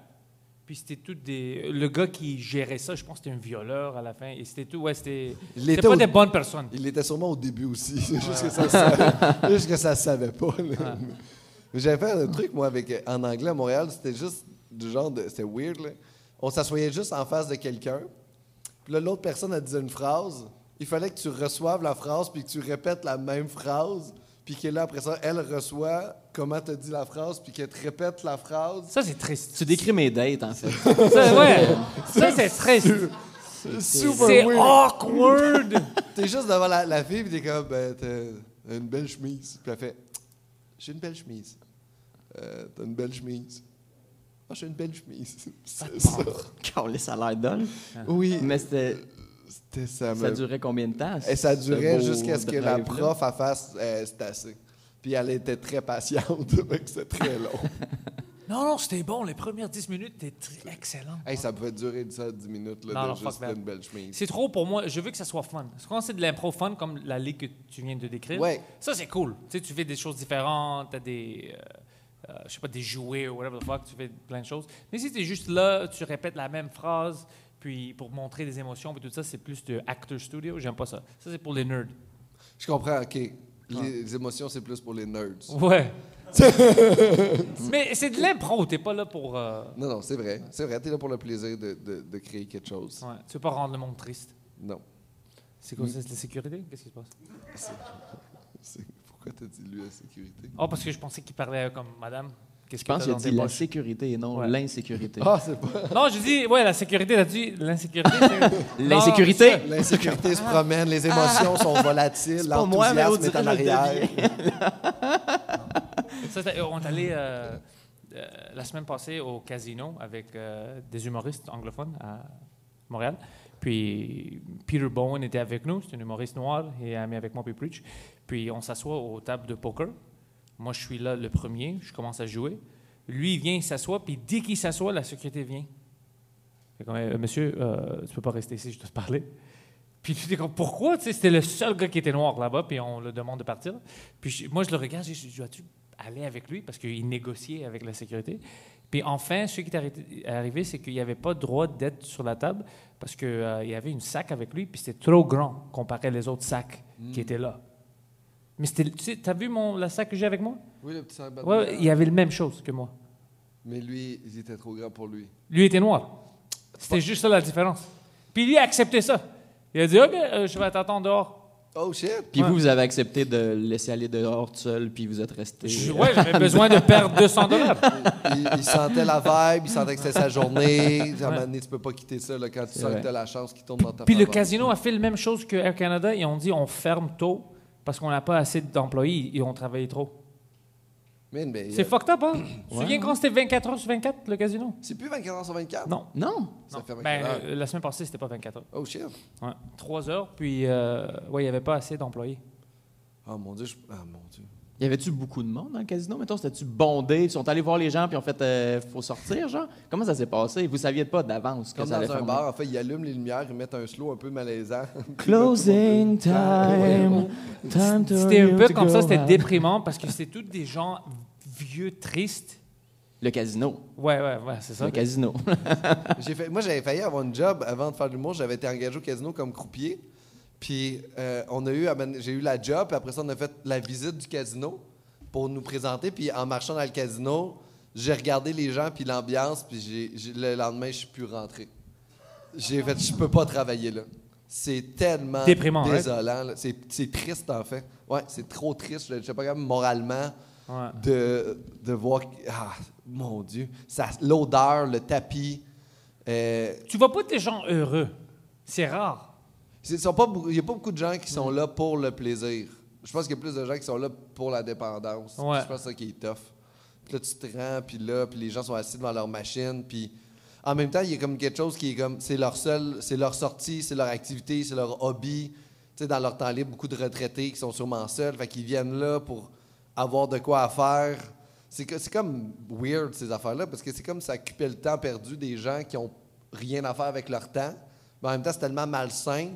Speaker 2: Puis c'était tout des. Le gars qui gérait ça, je pense que c'était un violeur à la fin. Et c'était tout. Ouais, c'était.
Speaker 4: Il
Speaker 2: C'était
Speaker 4: était
Speaker 2: pas
Speaker 4: au-
Speaker 2: des bonnes personnes.
Speaker 4: Il l'était sûrement au début aussi. C'est juste que ça savait, juste que ça se savait pas. là. Mais J'avais fait un truc, moi, avec, euh, en anglais à Montréal. C'était juste du genre de. C'était weird, là. On s'assoyait juste en face de quelqu'un. Puis là, l'autre personne, elle disait une phrase. Il fallait que tu reçoives la phrase, puis que tu répètes la même phrase. Puis qu'elle, après ça, elle reçoit comment t'as dit la phrase, puis qu'elle te répète la phrase.
Speaker 2: Ça, c'est triste.
Speaker 5: Tu décris mes dates, en fait.
Speaker 2: Ça, ouais. ça c'est triste.
Speaker 4: Super
Speaker 2: C'est
Speaker 4: weird.
Speaker 2: awkward.
Speaker 4: T'es juste devant la, la fille, puis t'es comme, ben, t'as une belle chemise. Puis elle fait, j'ai une belle chemise. Euh, t'as une belle chemise. Ah, j'ai une belle chemise. C'est ça.
Speaker 5: les salaires d'ol.
Speaker 4: Oui,
Speaker 5: hein. Mais c'était-
Speaker 4: c'était ça.
Speaker 5: ça
Speaker 4: me-
Speaker 5: durait combien de temps?
Speaker 4: Et ça
Speaker 5: ce
Speaker 4: durait
Speaker 5: beau
Speaker 4: jusqu'à ce que la
Speaker 5: drive-là?
Speaker 4: prof elle fasse, euh, c'est assez. Puis elle était très patiente, fait que c'était très long.
Speaker 2: Non, non, c'était bon. Les premières 10 minutes, t'es tr- excellent.
Speaker 4: Hey, ça pouvait durer ça 10 minutes, là,
Speaker 2: Non,
Speaker 4: de
Speaker 2: non, fuck
Speaker 4: juste
Speaker 2: that.
Speaker 4: une belle chemise.
Speaker 2: C'est trop pour moi. Je veux que ça soit fun. Parce que Quand c'est de l'impro fun, comme la ligue que tu viens de décrire,
Speaker 4: Ouais.
Speaker 2: ça, c'est cool. Tu sais, tu fais des choses différentes, t'as des... euh, euh, je sais pas, des jouets ou whatever the fuck, tu fais plein de choses. Mais si t'es juste là, tu répètes la même phrase, puis pour montrer des émotions, puis tout ça, c'est plus de actor studio. J'aime pas ça. Ça, c'est pour les nerds.
Speaker 4: Je comprends, OK. Les, les émotions, c'est plus pour les nerds.
Speaker 2: Ouais. Mais c'est de l'impro, t'es pas là pour... euh,
Speaker 4: Non, non, c'est vrai. C'est vrai, t'es là pour le plaisir de, de- de créer quelque chose.
Speaker 2: ouais, tu veux pas rendre le monde triste.
Speaker 4: Non.
Speaker 2: C'est quoi ça, c'est la sécurité? Qu'est-ce qui se passe?
Speaker 4: C'est- Pourquoi t'as dit lui la sécurité?
Speaker 2: Oh, parce que je pensais qu'il parlait euh, comme madame. Qu'est-ce
Speaker 5: Je pense
Speaker 2: que
Speaker 5: qu'il a
Speaker 2: t'as dans
Speaker 5: dit
Speaker 2: tes
Speaker 5: la
Speaker 2: poches?
Speaker 5: sécurité et non
Speaker 2: Ouais.
Speaker 5: l'insécurité.
Speaker 4: Ah, c'est pas.
Speaker 2: Non, je dis, ouais, la sécurité, t'as dit l'insécurité. c'est-
Speaker 5: L'insécurité.
Speaker 2: Non,
Speaker 4: L'insécurité se promène, les émotions sont volatiles,
Speaker 5: pas moi, mais on
Speaker 4: l'enthousiasme est en
Speaker 5: dirait que je
Speaker 4: arrière.
Speaker 2: ça, c'est- on est allé euh, euh, la semaine passée au casino avec euh, des humoristes anglophones à Montréal. Puis Peter Bowen était avec nous, c'est un humoriste noir et ami avec moi, puis Preach. Puis on s'assoit aux tables de poker. Moi, je suis là le premier, je commence à jouer. Lui, il vient, il s'assoit, puis dès qu'il s'assoit, la sécurité vient. Fait comme, Euh, monsieur, euh, tu peux pas rester ici, je dois te parler. Puis tu dis comme, pourquoi? Tu sais, c'était le seul gars qui était noir là-bas, puis on le demande de partir. Puis je- moi, je le regarde, je dis, dois-tu aller avec lui? Parce qu'il négociait avec la sécurité. Puis enfin, ce qui est arrêté- arrivé, c'est qu'il n'y avait pas droit d'être sur la table parce qu'il y avait une sac avec lui, puis c'était trop grand comparé aux autres sacs qui étaient là. Mais c'était, tu sais, t'as vu mon, la sac que j'ai avec moi?
Speaker 4: Oui, le petit sac
Speaker 2: Ouais, ouais, il y avait la même chose que moi.
Speaker 4: Mais lui, il était trop grand pour lui.
Speaker 2: Lui était noir. C'était juste ça la différence. Puis lui a accepté ça. Il a dit Ok, euh, je vais t'attendre dehors.
Speaker 4: Oh shit!
Speaker 5: Puis vous, vous avez accepté de le laisser aller dehors tout seul, puis vous êtes resté.
Speaker 2: Je-
Speaker 4: euh,
Speaker 2: ouais, j'avais besoin de perdre 200 dollars.
Speaker 4: Il, il sentait la vibe, il sentait que c'était sa journée. À un moment donné, tu peux pas quitter ça là, quand tu sens
Speaker 5: vrai.
Speaker 4: que t'as la chance qui tombe dans ta
Speaker 2: Puis le
Speaker 4: faveur.
Speaker 2: casino a fait la même chose que Air Canada et on dit on ferme tôt parce qu'on n'a pas assez d'employés et on travaille trop.
Speaker 4: Man, ben,
Speaker 2: C'est
Speaker 4: euh,
Speaker 2: fucked up, hein? Tu te souviens quand c'était 24 heures sur 24, le casino?
Speaker 4: C'est plus 24 h sur 24?
Speaker 2: Non.
Speaker 5: Non?
Speaker 4: Ça
Speaker 2: Non.
Speaker 4: fait 24
Speaker 2: Ben,
Speaker 4: heures.
Speaker 2: euh, la semaine passée, c'était pas 24 heures.
Speaker 4: Oh shit!
Speaker 2: Ouais. 3 heures, puis euh, ouais, il n'y avait pas assez d'employés.
Speaker 4: Oh mon dieu, je... Ah mon dieu.
Speaker 5: Y avait-tu beaucoup de monde dans le casino? Mettons, c'était-tu bondé? Ils sont allés voir les gens puis ont fait euh, faut sortir, genre? Comment ça s'est passé? Vous saviez pas d'avance que
Speaker 4: Comme
Speaker 5: ça allait
Speaker 4: dans un
Speaker 5: fermer?
Speaker 4: bar, en fait, ils allument les lumières, ils mettent un slow un peu malaisant.
Speaker 5: Closing time. time to
Speaker 2: C'était un
Speaker 5: you
Speaker 2: peu
Speaker 5: to
Speaker 2: comme
Speaker 5: go
Speaker 2: ça, c'était
Speaker 5: out.
Speaker 2: déprimant parce que c'est tous des gens vieux, tristes.
Speaker 5: Le casino.
Speaker 2: Ouais, ouais, ouais, c'est ça.
Speaker 5: Le casino.
Speaker 4: J'ai fait, moi, j'avais failli avoir une job avant de faire de l'humour. J'avais été engagé au casino comme croupier. Puis euh, on a eu, à man- j'ai eu la job. Puis après ça, on a fait la visite du casino pour nous présenter. Puis en marchant dans le casino, j'ai regardé les gens puis l'ambiance. Puis j'ai- j'ai- le lendemain, je suis plus rentré. J'ai fait, je peux pas travailler là. C'est tellement
Speaker 2: Déprimant, hein?
Speaker 4: désolant. là. C'est, c'est triste en fait. Ouais, c'est trop triste. Je je sais pas quand même moralement
Speaker 2: Ouais.
Speaker 4: de, de voir. que- Ah, mon Dieu. Ça, l'odeur, le tapis. euh,
Speaker 2: Tu vois pas des gens heureux. C'est rare.
Speaker 4: c'est- sont pas beaucoup- Il n'y a pas beaucoup de gens qui sont là pour le plaisir. Je pense qu'il y a plus de gens qui sont là pour la dépendance.
Speaker 2: Ouais.
Speaker 4: Je pense que c'est ça qui est tough. Puis là, tu te rends, puis là, puis les gens sont assis devant leur machine, puis... En même temps, il y a comme quelque chose qui est comme... C'est leur seul... C'est leur sortie, c'est leur activité, c'est leur hobby. Tu sais, dans leur temps libre, beaucoup de retraités qui sont sûrement seuls, fait qu'ils viennent là pour avoir de quoi à faire. C'est que- c'est comme weird, ces affaires-là, parce que c'est comme ça occupait le temps perdu des gens qui ont rien à faire avec leur temps. Mais en même temps, c'est tellement malsain.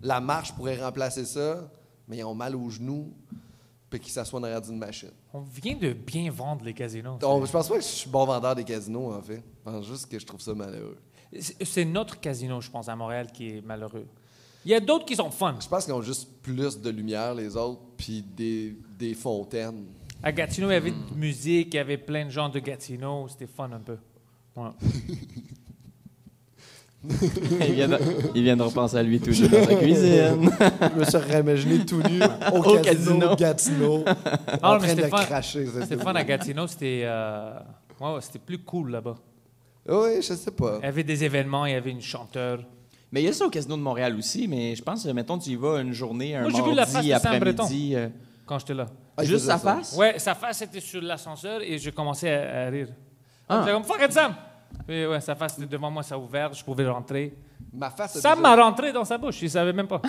Speaker 4: La marche pourrait remplacer ça, mais ils ont mal aux genoux, puis qu'ils s'assoient derrière d'une machine.
Speaker 2: On vient de bien vendre les casinos.
Speaker 4: Donc, je pense pas que je suis bon vendeur des casinos, en fait. Je pense juste que je trouve ça malheureux.
Speaker 2: C'est c'est notre casino, je pense, à Montréal qui est malheureux. Il y a d'autres qui sont fun.
Speaker 4: Je pense qu'ils ont juste plus de lumière, les autres, puis des, des fontaines.
Speaker 2: À Gatineau, il y avait de musique, il y avait plein de gens de Gatineau. C'était fun un peu. Ouais.
Speaker 5: Ils viendront- ils viendront penser à lui tout nu dans sa cuisine.
Speaker 4: je me suis réimaginé tout nu au,
Speaker 5: Au casino, casino.
Speaker 4: Gatineau,
Speaker 2: Ah, mais train de c'était fun.
Speaker 4: cracher.
Speaker 2: C'était fun à Gatineau, c'était euh, ouais, ouais, c'était plus cool là-bas.
Speaker 4: Oui, je sais pas.
Speaker 2: Il y avait des événements, il y avait une chanteur.
Speaker 5: Mais il y a ça au casino de Montréal aussi, mais je pense, euh, mettons, tu y vas une journée, un
Speaker 2: Moi, j'ai vu la face de
Speaker 5: mardi
Speaker 2: Sam
Speaker 5: après-midi. euh,
Speaker 2: Quand j'étais là.
Speaker 4: Ah, il
Speaker 5: juste
Speaker 4: faisait
Speaker 5: sa
Speaker 4: ça.
Speaker 5: face?
Speaker 2: Ouais, sa face était sur l'ascenseur et je commençais à, à rire.
Speaker 5: Ah.
Speaker 2: J'étais comme Fuck it, Sam! Puis, ouais, sa face était devant moi, ça a ouvert, je pouvais rentrer.
Speaker 4: Ma face a
Speaker 2: Sam
Speaker 4: déjà-
Speaker 2: m'a rentré dans sa bouche, il savait même pas.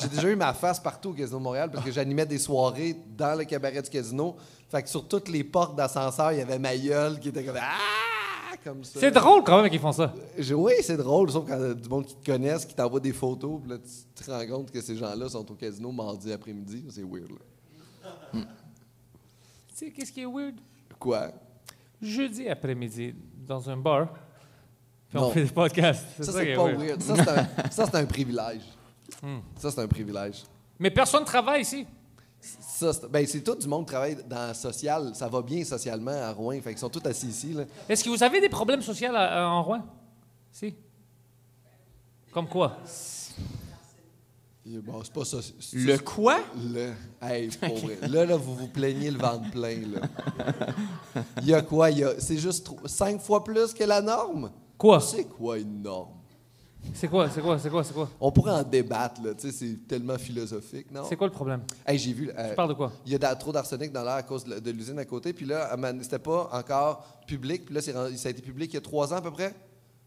Speaker 4: J'ai déjà eu ma face partout au Casino de Montréal parce que j'animais des soirées dans le cabaret du casino. Fait que sur toutes les portes d'ascenseur, il y avait ma gueule qui était comme Ah! Comme ça.
Speaker 2: C'est drôle quand même qu'ils font ça.
Speaker 4: Je- oui, c'est drôle, sauf quand il y a du monde qui te connaissent, qui t'envoie des photos, puis là, tu te rends compte que ces gens-là sont au casino mardi après-midi. C'est weird, là.
Speaker 2: Tu sais, qu'est-ce qui est weird?
Speaker 4: Quoi?
Speaker 2: Jeudi après-midi, dans un bar, puis on
Speaker 4: Non.
Speaker 2: fait des podcasts.
Speaker 4: Ça,
Speaker 2: qui
Speaker 4: c'est
Speaker 2: est
Speaker 4: pas weird. Ça, c'est un, ça, c'est un privilège. Ça, c'est un privilège.
Speaker 2: Mais personne travaille ici.
Speaker 4: Ça, c'est, ben, c'est tout du monde qui travaille dans le social. Ça va bien socialement à Rouen. Fait qu'ils sont tous assis ici, là.
Speaker 2: Est-ce que vous avez des problèmes sociaux à- à- en Rouen? Si. Comme quoi?
Speaker 4: Et Bon, c'est pas ça. c'est- c'est-
Speaker 5: Le quoi?
Speaker 4: Là, hey, pour vrai. Là, là, vous vous plaignez le ventre plein. Là. Il y a quoi? Il y a- c'est juste trop- cinq fois plus que la norme?
Speaker 2: Quoi?
Speaker 4: C'est quoi une norme?
Speaker 2: C'est quoi? C'est quoi? C'est quoi? C'est quoi?
Speaker 4: On pourrait en débattre, là. Tu sais, c'est tellement philosophique, non?
Speaker 2: C'est quoi le problème?
Speaker 4: Hey, j'ai vu. euh,
Speaker 2: Tu parles de quoi?
Speaker 4: Il y a d'a- trop d'arsenic dans l'air à cause de la- de l'usine à côté. Puis là, à un moment donné, c'était pas encore public. Puis là, c'est rendu- ça a été public il y a trois ans à peu près.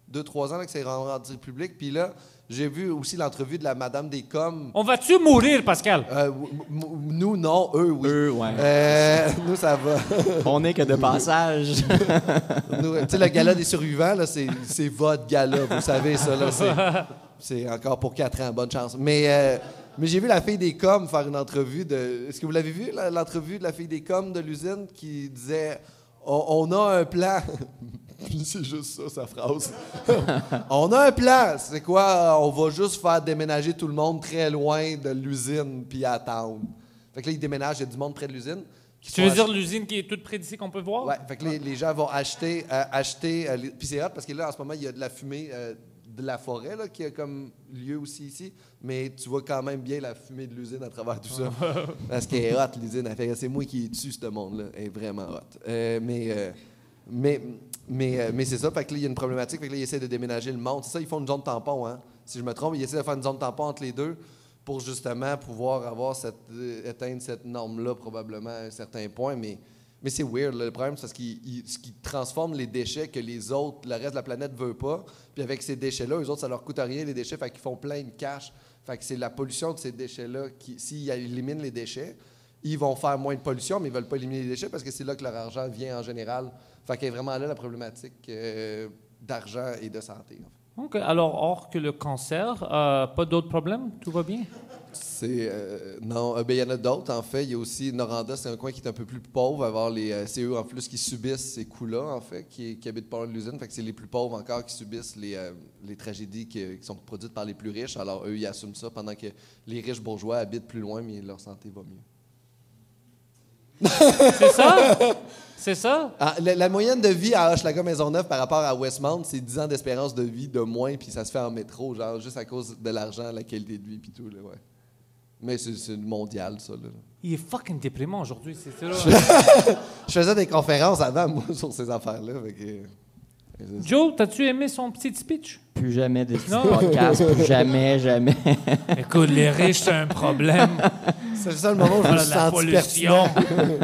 Speaker 4: Deux, trois ans là, que c'est rendu public. Puis là, j'ai vu aussi l'entrevue de la Madame des Coms.
Speaker 2: On va-tu mourir, Pascal?
Speaker 4: Euh, w- m- m- nous, non, eux, oui.
Speaker 5: Eux, ouais.
Speaker 4: Euh, nous, ça va.
Speaker 5: On n'est que de passage.
Speaker 4: Nous, tu sais, le gala des survivants, là, c'est, c'est votre gala, vous savez, ça, là, c'est, c'est encore pour quatre ans, bonne chance. Mais, euh, mais j'ai vu la fille des coms faire une entrevue de... Est-ce que vous l'avez vu, la- l'entrevue de la fille des coms de l'usine qui disait « On on a un plan... » C'est juste ça, sa phrase. « On a un plan! » C'est quoi? On va juste faire déménager tout le monde très loin de l'usine puis attendre. Fait que là, ils déménagent, il y a du monde près de l'usine. qui
Speaker 2: Tu
Speaker 4: sont
Speaker 2: veux
Speaker 4: ach-
Speaker 2: dire l'usine qui est toute près d'ici qu'on peut voir?
Speaker 4: Ouais, fait que les, les gens vont acheter. euh, acheter euh, les- Puis c'est hot parce que là, en ce moment, il y a de la fumée euh, de la forêt là, qui a comme lieu aussi ici. Mais tu vois quand même bien la fumée de l'usine à travers tout ça. parce qu'elle est hot, l'usine. Elle fait que C'est moi qui tue ce monde-là. Elle est vraiment hot. Euh, mais. euh, mais, mais, euh, mais c'est ça, fait que là, il y a une problématique, fait que là, ils essaient de déménager le monde. C'est ça, ils font une zone tampon, hein. Si je me trompe, ils essaient de faire une zone tampon entre les deux pour justement pouvoir avoir cette, euh, atteindre cette norme-là probablement à un certain point. Mais, mais c'est weird, là. le problème, c'est parce qu'ils ils- ce qu'ils transforment les déchets que les autres, le reste de la planète veut pas. Puis avec ces déchets-là, eux autres, ça leur coûte rien, les déchets, fait qu'ils font plein de cash. Fait que c'est la pollution de ces déchets-là qui, s'ils éliminent les déchets, ils vont faire moins de pollution, mais ils veulent pas éliminer les déchets parce que c'est là que leur argent vient en général. Fait qu'il y a vraiment là la problématique euh, d'argent et de santé. en fait.
Speaker 2: OK. Alors, hors que le cancer, euh, pas d'autres problèmes? Tout va bien?
Speaker 4: C'est. euh, non, euh, ben, il y en a d'autres, en fait. Il y a aussi Noranda, c'est un coin qui est un peu plus pauvre, à avoir les euh, c'est eux, en plus qui subissent ces coups-là, en fait, qui, qui habitent pas loin de l'usine. Fait que c'est les plus pauvres encore qui subissent les, euh, les tragédies qui, qui sont produites par les plus riches. Alors, eux, ils assument ça pendant que les riches bourgeois habitent plus loin, mais leur santé va mieux.
Speaker 2: C'est ça? C'est ça?
Speaker 4: Ah, la, la moyenne de vie à Hochelaga Maisonneuve par rapport à Westmount, c'est 10 ans d'espérance de vie de moins, puis ça se fait en métro, genre juste à cause de l'argent, la qualité de vie, puis tout, là, ouais. Mais c'est c'est mondial, ça, là.
Speaker 2: Il est fucking déprimant aujourd'hui, c'est ça. là.
Speaker 4: Je faisais des conférences avant, moi, sur ces affaires-là. fait que-
Speaker 2: Joe, t'as-tu aimé son petit speech?
Speaker 5: Plus jamais de petits
Speaker 2: Non.
Speaker 5: podcasts, plus jamais, jamais.
Speaker 2: Écoute, les riches, c'est un problème.
Speaker 4: C'est le seul moment où je me
Speaker 2: Voilà,
Speaker 4: suis
Speaker 2: la
Speaker 4: senti
Speaker 2: pollution.
Speaker 4: pertinent.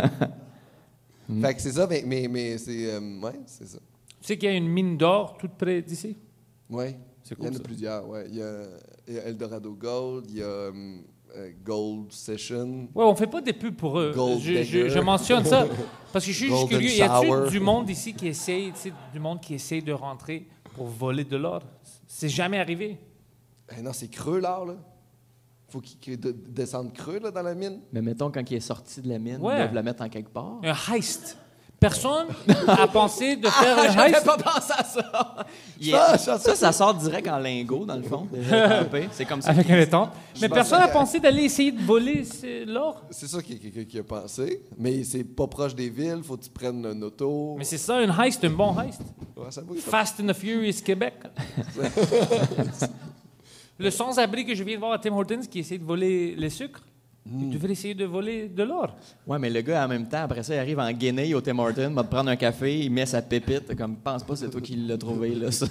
Speaker 2: Mm-hmm.
Speaker 4: Fait que c'est ça, mais, mais, mais c'est... euh, ouais, c'est ça.
Speaker 2: Tu sais qu'il y a une mine d'or toute près d'ici?
Speaker 4: Ouais.
Speaker 2: C'est
Speaker 4: Il y
Speaker 2: cool,
Speaker 4: en a
Speaker 2: ça.
Speaker 4: plusieurs, ouais. Il y a, il y a Eldorado Gold, il y a euh, euh, Gold Session.
Speaker 2: Ouais, on fait pas des pubs pour eux.
Speaker 4: Gold
Speaker 2: Je, je-
Speaker 4: digger.
Speaker 2: je mentionne ça parce que je suis juste
Speaker 4: Golden
Speaker 2: curieux. Y a-tu
Speaker 4: shower.
Speaker 2: du monde ici qui essaye, tu sais, du monde qui essaye de rentrer pour voler de l'or? C'est jamais arrivé.
Speaker 4: Eh non, c'est creux, l'or, là. Faut qu'il qu'il de- descende creux, là, dans la mine.
Speaker 5: Mais mettons, quand il est sorti de la mine,
Speaker 2: Ouais.
Speaker 5: ils doivent le mettre en quelque part.
Speaker 2: Un heist. Personne a pensé de faire
Speaker 4: Ah,
Speaker 2: un
Speaker 5: J'avais
Speaker 2: heist.
Speaker 5: pas pensé à ça.
Speaker 4: Ça,
Speaker 5: ça,
Speaker 4: ça-
Speaker 5: ça sort direct en lingot, dans le fond. déjà trempé. C'est comme ça.
Speaker 2: Avec un étampe. Mais
Speaker 4: pense
Speaker 2: personne n'a
Speaker 4: que-
Speaker 2: pensé d'aller essayer de voler ce- l'or.
Speaker 4: C'est ça qu'il y a quelqu'un qui a pensé, mais c'est pas proche des villes, faut que tu prennes un auto.
Speaker 2: Mais c'est ça, un heist, un bon heist.
Speaker 4: Ouais, ça bouge, ça.
Speaker 2: Fast and the Furious Québec. Le sans-abri que je viens de voir à Tim Hortons qui essaie de voler le sucre,
Speaker 4: Hmm.
Speaker 2: il devrait essayer de voler de l'or.
Speaker 5: Ouais, mais le gars, en même temps, après ça, il arrive en Guinée au Tim Hortons, va te prendre un café, il met sa pépite. Comme, pense pas, c'est toi qui l'as trouvé, là, ça.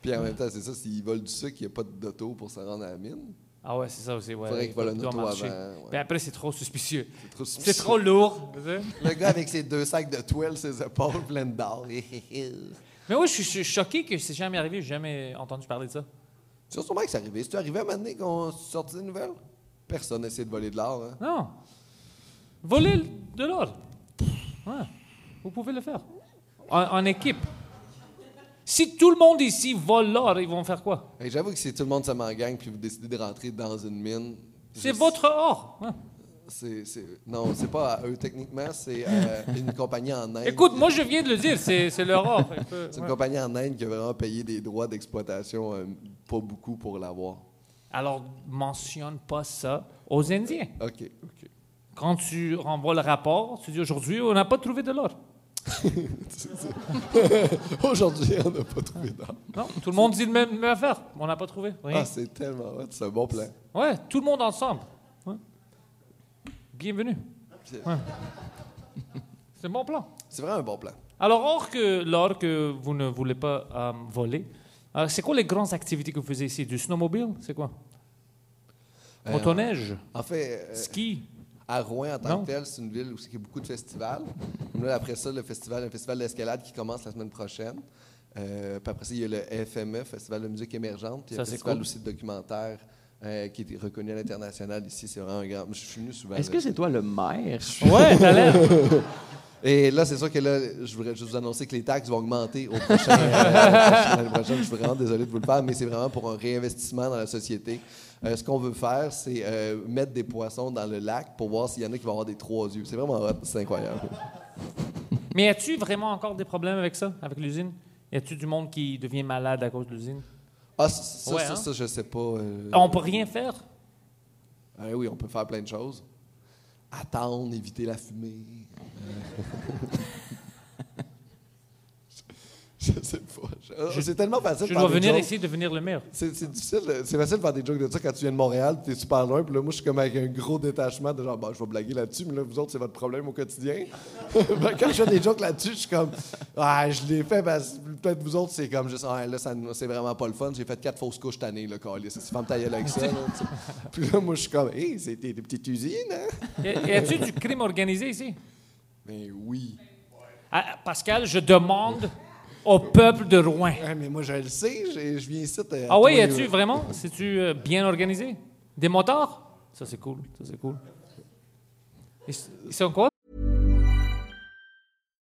Speaker 4: Puis en même temps, c'est ça, s'ils volent du sucre, il n'y a pas d'auto pour se rendre à la mine.
Speaker 2: Ah ouais, c'est ça aussi. Ouais.
Speaker 4: Faudrait qu'il vole un
Speaker 2: doit
Speaker 4: auto
Speaker 2: marcher.
Speaker 4: avant, ouais.
Speaker 2: Puis après, c'est trop suspicieux.
Speaker 4: trop
Speaker 2: C'est trop lourd. tu sais.
Speaker 4: Le gars avec ses deux sacs de toile, ses épaules pleines d'or. tu
Speaker 2: Mais oui, je suis- je suis choqué que c'est jamais arrivé. J'ai jamais entendu parler de ça.
Speaker 4: sais sûrement que c'est arrivé. C'est arrivé à un moment donné qu'on sortit des nouvelles? Personne n'essaie de voler de l'or. Hein?
Speaker 2: Non. Voler l- de l'or. Ouais. Vous pouvez le faire. En, en équipe. Si tout le monde ici vole l'or, ils vont faire quoi?
Speaker 4: Hey, J'avoue que si tout le monde se met en gang puis vous décidez de rentrer dans une mine...
Speaker 2: C'est
Speaker 4: juste-
Speaker 2: votre or. Ouais.
Speaker 4: c'est- c'est- non, c'est pas à eux techniquement, c'est euh, une compagnie en Inde.
Speaker 2: Écoute, moi, je viens de le dire, c'est c'est leur or. Fait que,
Speaker 4: C'est une
Speaker 2: ouais.
Speaker 4: compagnie en Inde qui a vraiment payé des droits d'exploitation, euh, pas beaucoup pour l'avoir.
Speaker 2: Alors, mentionne pas ça aux Indiens.
Speaker 4: OK, OK.
Speaker 2: Quand tu renvoies le rapport, tu dis aujourd'hui, on n'a pas trouvé de l'or.
Speaker 4: Aujourd'hui, on n'a pas trouvé d'or.
Speaker 2: Non, tout le monde dit le même, même affaire. On n'a pas trouvé. Oui.
Speaker 4: Ah, c'est tellement hot, c'est un bon plan.
Speaker 2: Ouais, tout le monde ensemble. Ouais. Bienvenue. Ouais. C'est un bon plan.
Speaker 4: C'est vraiment un bon plan.
Speaker 2: Alors, hors que l'or que vous ne voulez pas euh, voler, euh, c'est quoi les grandes activités que vous faisiez ici Du snowmobile C'est quoi Motoneige
Speaker 4: En fait, euh,
Speaker 2: Ski
Speaker 4: à Rouen en tant
Speaker 2: Non.
Speaker 4: que tel, c'est une ville où il y a beaucoup de festivals. Nous, après ça, le festival, un festival d'escalade qui commence la semaine prochaine. Euh, puis après ça, il y a le FME, Festival de musique émergente. Puis il y
Speaker 2: Ça,
Speaker 4: a un
Speaker 2: c'est
Speaker 4: festival
Speaker 2: cool.
Speaker 4: aussi de documentaire euh, qui est reconnu à l'international ici. C'est vraiment un grand. Je suis venu souvent.
Speaker 5: Est-ce
Speaker 4: là.
Speaker 5: que c'est toi le maire?
Speaker 2: Ouais, t'as l'air.
Speaker 4: Et là, c'est sûr que là, je voudrais juste vous annoncer que les taxes vont augmenter au prochain, euh, prochain- l'année prochaine. Je suis vraiment désolé de vous le faire, mais c'est vraiment pour un réinvestissement dans la société. Euh, ce qu'on veut faire, c'est euh, mettre des poissons dans le lac pour voir s'il y en a qui vont avoir des trois yeux. C'est vraiment hot, c'est incroyable.
Speaker 2: Mais as-tu vraiment encore des problèmes avec ça, avec l'usine Y a-tu du monde qui devient malade à cause de l'usine
Speaker 4: Ah, ça, ça,
Speaker 2: Ouais,
Speaker 4: ça,
Speaker 2: hein?
Speaker 4: ça, je sais pas. euh,
Speaker 2: On peut rien faire
Speaker 4: ah oui, on peut faire plein de choses. Attendre, éviter la fumée. Euh, je sais pas. Je- C'est tellement facile.
Speaker 2: Je
Speaker 4: de
Speaker 2: dois
Speaker 4: faire des
Speaker 2: venir
Speaker 4: jokes.
Speaker 2: essayer de devenir le maire.
Speaker 4: C'est c'est difficile, de- c'est facile de faire des jokes de ça quand tu viens de Montréal, puis t'es super loin, puis là, moi, je suis comme avec un gros détachement de genre, bah, je vais blaguer là-dessus, mais là, vous autres, c'est votre problème au quotidien. Ben, quand je fais des jokes là-dessus, je suis comme, ah, je l'ai fait, parce que peut-être vous autres, c'est comme juste, ah, là, ça nous- c'est vraiment pas le fun, j'ai fait quatre fausses couches cette année, le calice, c'est femme ta gueule avec ça, là, tu sais. Puis là, moi, je suis comme, hé, c'est tes tes petites usines, hein?
Speaker 2: Y a- Y a-tu du crime organisé ici
Speaker 4: Mais Ben oui.
Speaker 2: Ah, Pascal, je demande au peuple de Rouen.
Speaker 4: Ah, mais moi, je le sais, j'ai- je viens ici. euh,
Speaker 2: Ah oui,
Speaker 4: tous
Speaker 2: y
Speaker 4: les-
Speaker 2: tu vraiment C'est-tu euh, bien organisé Des motards Ça, c'est cool. Ça, c'est cool. Ils ils sont quoi?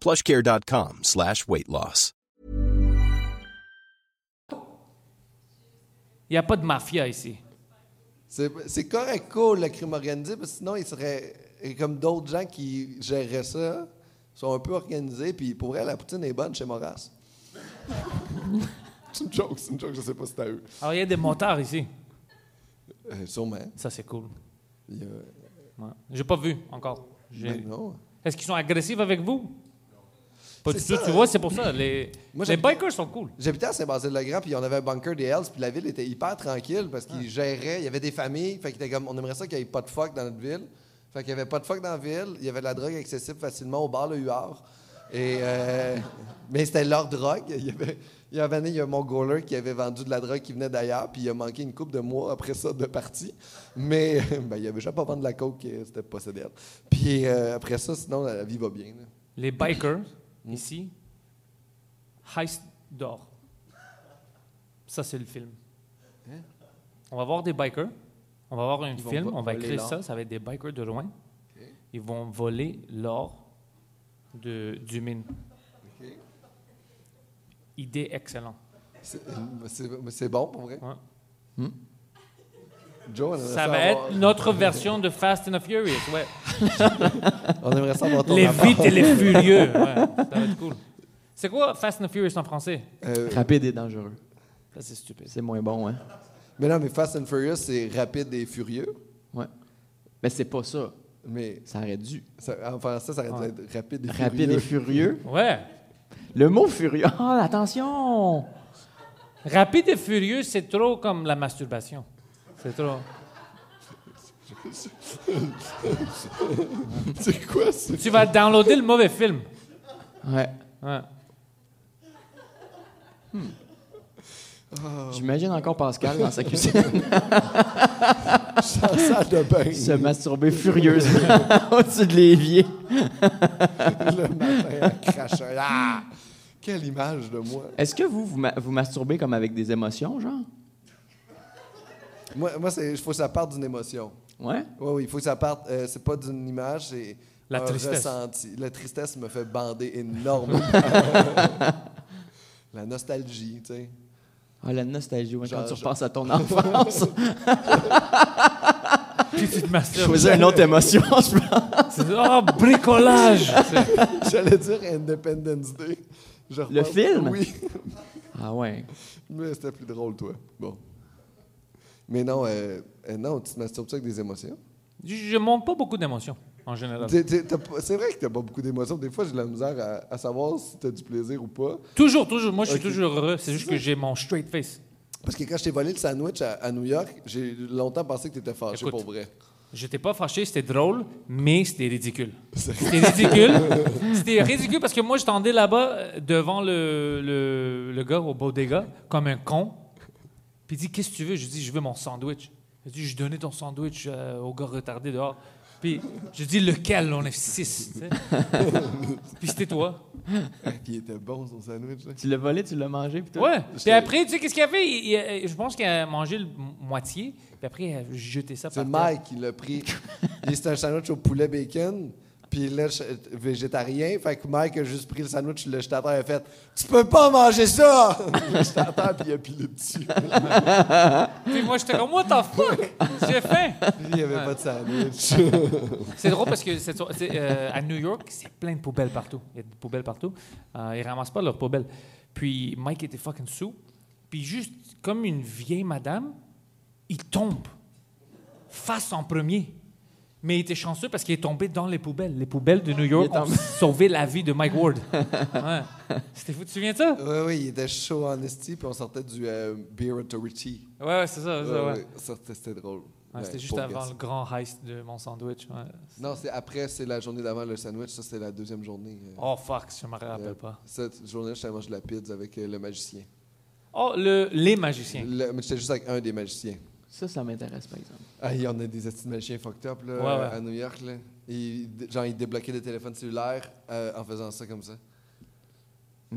Speaker 3: Plushcare.com slash weight loss.
Speaker 2: Il n'y a pas de mafia ici.
Speaker 4: C'est c'est correct, cool, le crime organisé, parce que sinon, il serait. et comme d'autres gens qui géreraient ça, sont un peu organisés, puis pour vrai, la poutine est bonne chez Moras. c'est une joke, c'est une joke, je sais pas si c'est à eux.
Speaker 2: Alors, il y a des motards ici.
Speaker 4: Euh, sûrement.
Speaker 2: Ça, c'est cool.
Speaker 4: Il y a-
Speaker 2: Ouais. J'ai pas vu encore. J'ai-
Speaker 4: Ben non.
Speaker 2: Est-ce qu'ils sont agressifs avec vous? Pas du
Speaker 4: C'est
Speaker 2: tout.
Speaker 4: ça,
Speaker 2: Tu
Speaker 4: hein.
Speaker 2: vois, c'est pour ça. Les,
Speaker 4: Moi,
Speaker 2: les
Speaker 4: j'aime-
Speaker 2: bikers sont cool.
Speaker 4: J'habitais à Saint-Basile-le-Grand, puis on avait un bunker des Hells, puis la ville était hyper tranquille parce
Speaker 2: Ah.
Speaker 4: qu'ils géraient, il y avait des familles, fait qu'ils étaient comme, on aimerait ça qu'il n'y ait pas de fuck dans notre ville. Fait qu'il n'y avait pas de fuck dans la ville, il y avait de la drogue accessible facilement au bar Le Huard. Et, euh, mais c'était leur drogue. Il y avait, il y avait un année, il y a mon goaler qui avait vendu de la drogue qui venait d'ailleurs, puis il a manqué une coupe de mois après ça de partie. Mais ben, il avait déjà pas vendu de la coke, euh, c'était possédé. Puis euh, après ça, sinon, la, la vie va bien. là.
Speaker 2: Les bikers, ici, Heist d'or. Ça, c'est le film. On va voir des bikers. On va voir un
Speaker 4: Hein? vont
Speaker 2: film.
Speaker 4: vo-
Speaker 2: On va
Speaker 4: voler
Speaker 2: écrire
Speaker 4: l'or.
Speaker 2: ça. Ça va être des bikers de loin. Ils vont voler l'or de, du mine. Idée excellente.
Speaker 4: C'est- C'est c'est bon pour vrai?
Speaker 2: Ouais.
Speaker 4: Joe, on aimerait
Speaker 2: Ça va
Speaker 4: savoir-
Speaker 2: être notre version de Fast and the Furious. Ouais.
Speaker 4: On aimerait savoir ton
Speaker 2: Les
Speaker 4: rapport.
Speaker 2: vite et les furieux. Ouais, ça va être cool. C'est quoi Fast and the Furious en français?
Speaker 4: Euh,
Speaker 5: Rapide et dangereux.
Speaker 2: Ça, c'est stupide.
Speaker 5: C'est moins bon, hein?
Speaker 4: mais non, mais Fast and Furious, c'est rapide et furieux.
Speaker 5: Ouais. Mais c'est pas ça.
Speaker 4: Mais
Speaker 5: Ça aurait dû.
Speaker 4: ça, en français, ça aurait dû être rapide et furieux.
Speaker 5: Rapide et furieux.
Speaker 2: Ouais.
Speaker 5: Le mot furieux. Ah, attention!
Speaker 2: Rapide et furieux, c'est trop comme la masturbation. C'est trop.
Speaker 4: C'est quoi ça?
Speaker 2: Tu vas downloader le mauvais film.
Speaker 5: Ouais.
Speaker 2: Ouais.
Speaker 5: J'imagine encore Pascal dans sa cuisine
Speaker 4: Dans la salle de bain
Speaker 5: se masturber furieusement au-dessus de l'évier.
Speaker 4: le matin en crachant. Ah! Quelle image de moi.
Speaker 5: Est-ce que vous, vous, ma- vous masturbez comme avec des émotions, genre?
Speaker 4: Moi, moi il faut que ça parte d'une émotion.
Speaker 5: Ouais?
Speaker 4: Oui, oui, il faut que ça parte. euh, c'est pas d'une image, c'est
Speaker 2: La
Speaker 4: un
Speaker 2: tristesse.
Speaker 4: ressenti. La tristesse me fait bander énormément. la nostalgie, tu sais.
Speaker 5: Ah, la nostalgie, ouais, quand
Speaker 4: Genre,
Speaker 5: tu
Speaker 4: je-
Speaker 5: repenses à ton enfance.
Speaker 2: Puis tu te
Speaker 5: Je
Speaker 2: masturbes.
Speaker 5: faisais une autre émotion, je pense.
Speaker 2: C'est- Oh, bricolage! C'est-
Speaker 4: J'allais dire Independence Day. Je
Speaker 5: Le
Speaker 4: repense-
Speaker 5: film?
Speaker 4: Oui.
Speaker 5: Ah ouais.
Speaker 4: Mais c'était plus drôle, toi. Bon. Mais non, euh, euh, non, tu te masturbes ça avec des émotions.
Speaker 2: Je, je montre pas beaucoup d'émotions, en général.
Speaker 4: T'es- t'es- t'as pas- C'est vrai que t'as pas beaucoup d'émotions. Des fois, j'ai de la misère à, à savoir si t'as du plaisir ou pas.
Speaker 2: Toujours, toujours. Moi, je suis
Speaker 4: Ok.
Speaker 2: toujours heureux. C'est juste que j'ai mon straight face.
Speaker 4: Parce que quand je t'ai volé le sandwich à, à New York, j'ai longtemps pensé que t'étais fâché
Speaker 2: Écoute.
Speaker 4: pour vrai.
Speaker 2: J'étais pas fâché, c'était drôle, mais c'était ridicule. C'était ridicule. c'était ridicule parce que moi, je tendais là-bas euh, devant le, le, le gars au bodega comme un con. Puis il dit Qu'est-ce que tu veux Je dis Je veux mon sandwich. Il dit Je donnais ton sandwich euh, au gars retardé dehors. Puis je dis Lequel On est six. tu sais. Puis c'était toi.
Speaker 4: Puis il était bon, son sandwich. là.
Speaker 5: Tu l'as volé, tu l'as mangé, puis tout.
Speaker 2: Ouais.
Speaker 4: J'étais-
Speaker 2: Puis après, tu sais, qu'est-ce qu'il a fait Il- il- je pense qu'il a mangé le mo- moitié. Puis après, il a jeté ça par
Speaker 4: C'est
Speaker 2: terre.
Speaker 4: Mike qui l'a pris. Il- C'était un sandwich au poulet bacon. Puis là, je- végétarien. Fait que Mike a juste pris le sandwich, le jeté à terre et a fait Tu peux pas manger ça Le jeté à terre, puis il a pilé dessus.
Speaker 2: Puis moi, j'étais comme What the fuck J'ai faim.
Speaker 4: Il n'y avait pas de sandwich.
Speaker 2: C'est drôle parce que cette soir- c'est, euh, à New York, c'est plein de poubelles partout. Il y a des poubelles partout. Euh, ils ramassent pas leurs poubelles. Puis Mike était fucking sous. Puis juste comme une vieille madame, il tombe face en premier. Mais il était chanceux parce qu'il est tombé dans les poubelles. Les poubelles de New York
Speaker 5: Il est
Speaker 2: ont
Speaker 5: tombé.
Speaker 2: sauvé la vie de Mike Ward. Ouais. C'était fou. Tu te souviens de ça?
Speaker 4: Oui, oui, il était chaud en esti, puis on sortait du euh, Beer Authority.
Speaker 2: Ouais, ouais, c'est ça. c'est ça, ouais.
Speaker 4: Ça, c'était- c'était drôle.
Speaker 2: Ouais, C'était
Speaker 4: Ouais,
Speaker 2: juste
Speaker 4: pauvre
Speaker 2: avant
Speaker 4: garçon.
Speaker 2: le grand heist de mon sandwich. ouais.
Speaker 4: Non, c'est après, c'est la journée d'avant le sandwich. Ça, c'est la deuxième journée. euh,
Speaker 2: Oh fuck, je me
Speaker 4: euh,
Speaker 2: rappelle pas.
Speaker 4: Cette journée, j'étais à manger de la pizza avec euh, le magicien.
Speaker 2: Oh, le, les magiciens.
Speaker 4: Le- mais j'étais juste avec un des magiciens.
Speaker 5: Ça, ça m'intéresse, par exemple.
Speaker 4: Ah, il y en a des astuces de magiciens fucked up là,
Speaker 2: Ouais, ouais.
Speaker 4: à New York. Là. Et, genre, ils débloquaient le téléphone cellulaire euh, en faisant ça comme ça.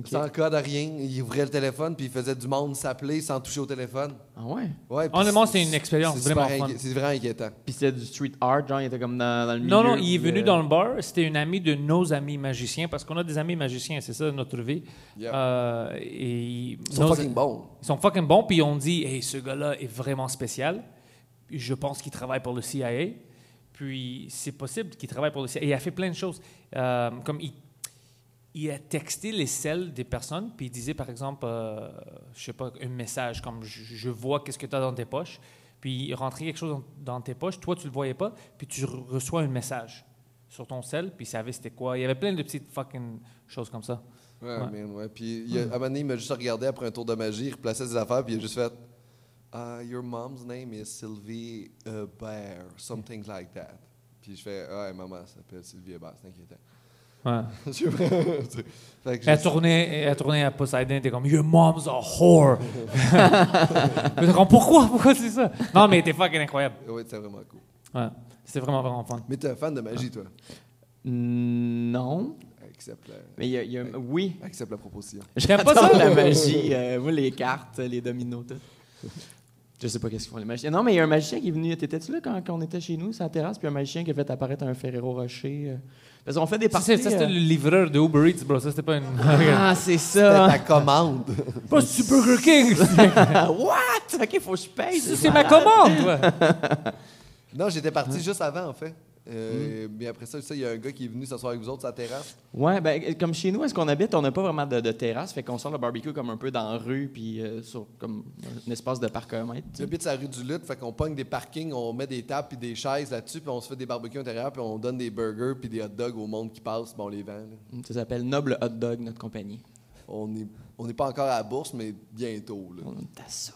Speaker 4: Sans code à rien, ils ouvraient le téléphone puis ils faisaient du monde s'appeler sans toucher au téléphone.
Speaker 5: Ah ouais?
Speaker 4: Ouais, puis
Speaker 2: Honnêtement, c'est une expérience
Speaker 4: c'est super
Speaker 2: vraiment fun.
Speaker 4: inqui- C'est vraiment inquiétant.
Speaker 5: Puis c'était du street art, genre, il était comme dans, dans le milieu.
Speaker 2: Non, non, il est
Speaker 5: puis,
Speaker 2: venu
Speaker 5: euh,
Speaker 2: dans le bar. C'était une amie de nos amis magiciens, parce qu'on a des amis magiciens, c'est ça notre vie.
Speaker 4: Yeah.
Speaker 2: Euh, et ils,
Speaker 4: Ils sont
Speaker 2: nos-
Speaker 4: fucking bons.
Speaker 2: Ils sont fucking bons, puis on dit, hey, ce gars-là est vraiment spécial. Je pense qu'il travaille pour le CIA. Puis c'est possible qu'il travaille pour le CIA. Et il a fait plein de choses. Euh, comme il, il a texté les selles des personnes, puis il disait, par exemple, euh, je sais pas, un message comme je, je vois qu'est-ce que tu as dans tes poches. Puis il rentrait quelque chose dans, dans tes poches, toi tu le voyais pas, puis tu re- reçois un message sur ton sel, puis il savait c'était quoi. Il y avait plein de petites fucking choses comme ça.
Speaker 4: Ouais,
Speaker 2: Ouais.
Speaker 4: man, ouais. Puis il y a- à un moment donné, il m'a juste regardé après un tour de magie, il replaçait ses affaires, puis il a juste fait Ah, Your mom's name is Sylvie Bear, something like that. Puis je fais Ah, maman, ça s'appelle Sylvie Bear, c'est inquiétant.
Speaker 2: Ouais.
Speaker 4: Je- fait que
Speaker 2: Elle
Speaker 4: j'ai-
Speaker 2: tournait, elle tournait à Poseidon, elle était comme Your mom's a whore. J'étais comme pourquoi, pourquoi c'est ça Non mais elle était fucking incroyable.
Speaker 4: Ouais, c'était vraiment cool.
Speaker 2: Ouais. C'était vraiment vraiment fun.
Speaker 4: Mais t'es un fan de magie, toi.
Speaker 5: Non. Euh,
Speaker 4: Accepte la,
Speaker 5: Mais il y a- il y a. Oui.
Speaker 4: accepte la proposition.
Speaker 2: J'aime pas ça.
Speaker 5: J'adore la magie. euh, moi, les cartes, les dominos, tout. Je sais pas qu'est-ce qu'ils font les magiciens. Non, mais il y a un magicien qui est venu. T'étais-tu là quand, quand on était chez nous, sur la terrasse, puis un magicien qui a fait apparaître un Ferrero Rocher. euh. Parce qu'on fait des
Speaker 2: Ça,
Speaker 5: parties.
Speaker 2: c'est- ça, c'était
Speaker 5: euh,
Speaker 2: le livreur de Uber Eats, bro. Ça, c'était pas une.
Speaker 5: Ah, c'est ça.
Speaker 4: commande.
Speaker 2: pas Burger King.
Speaker 5: What? Ok, faut que je paye.
Speaker 2: Ça, c'est ma commande. ouais.
Speaker 4: non, j'étais parti juste avant, en fait. Euh, Mais après ça, ça, il y a un gars qui est venu s'asseoir avec vous autres sur la terrasse.
Speaker 5: Ouais, ben, euh, comme chez nous, est-ce qu'on habite, on n'a pas vraiment de, de terrasse, fait qu'on sort le barbecue comme un peu dans la rue, puis euh, sur comme un espace de parc à mètre.
Speaker 4: Tu habites sur la rue du Lutte, fait qu'on pogne des parkings, on met des tables puis des chaises là-dessus, puis on se fait des barbecues intérieurs, puis on donne des burgers puis des hot dogs au monde qui passe, puis on les vend. là.
Speaker 5: Ça s'appelle Noble Hot Dog, notre compagnie.
Speaker 4: On n'est on est pas encore à la bourse, mais bientôt. là.
Speaker 5: On a ça.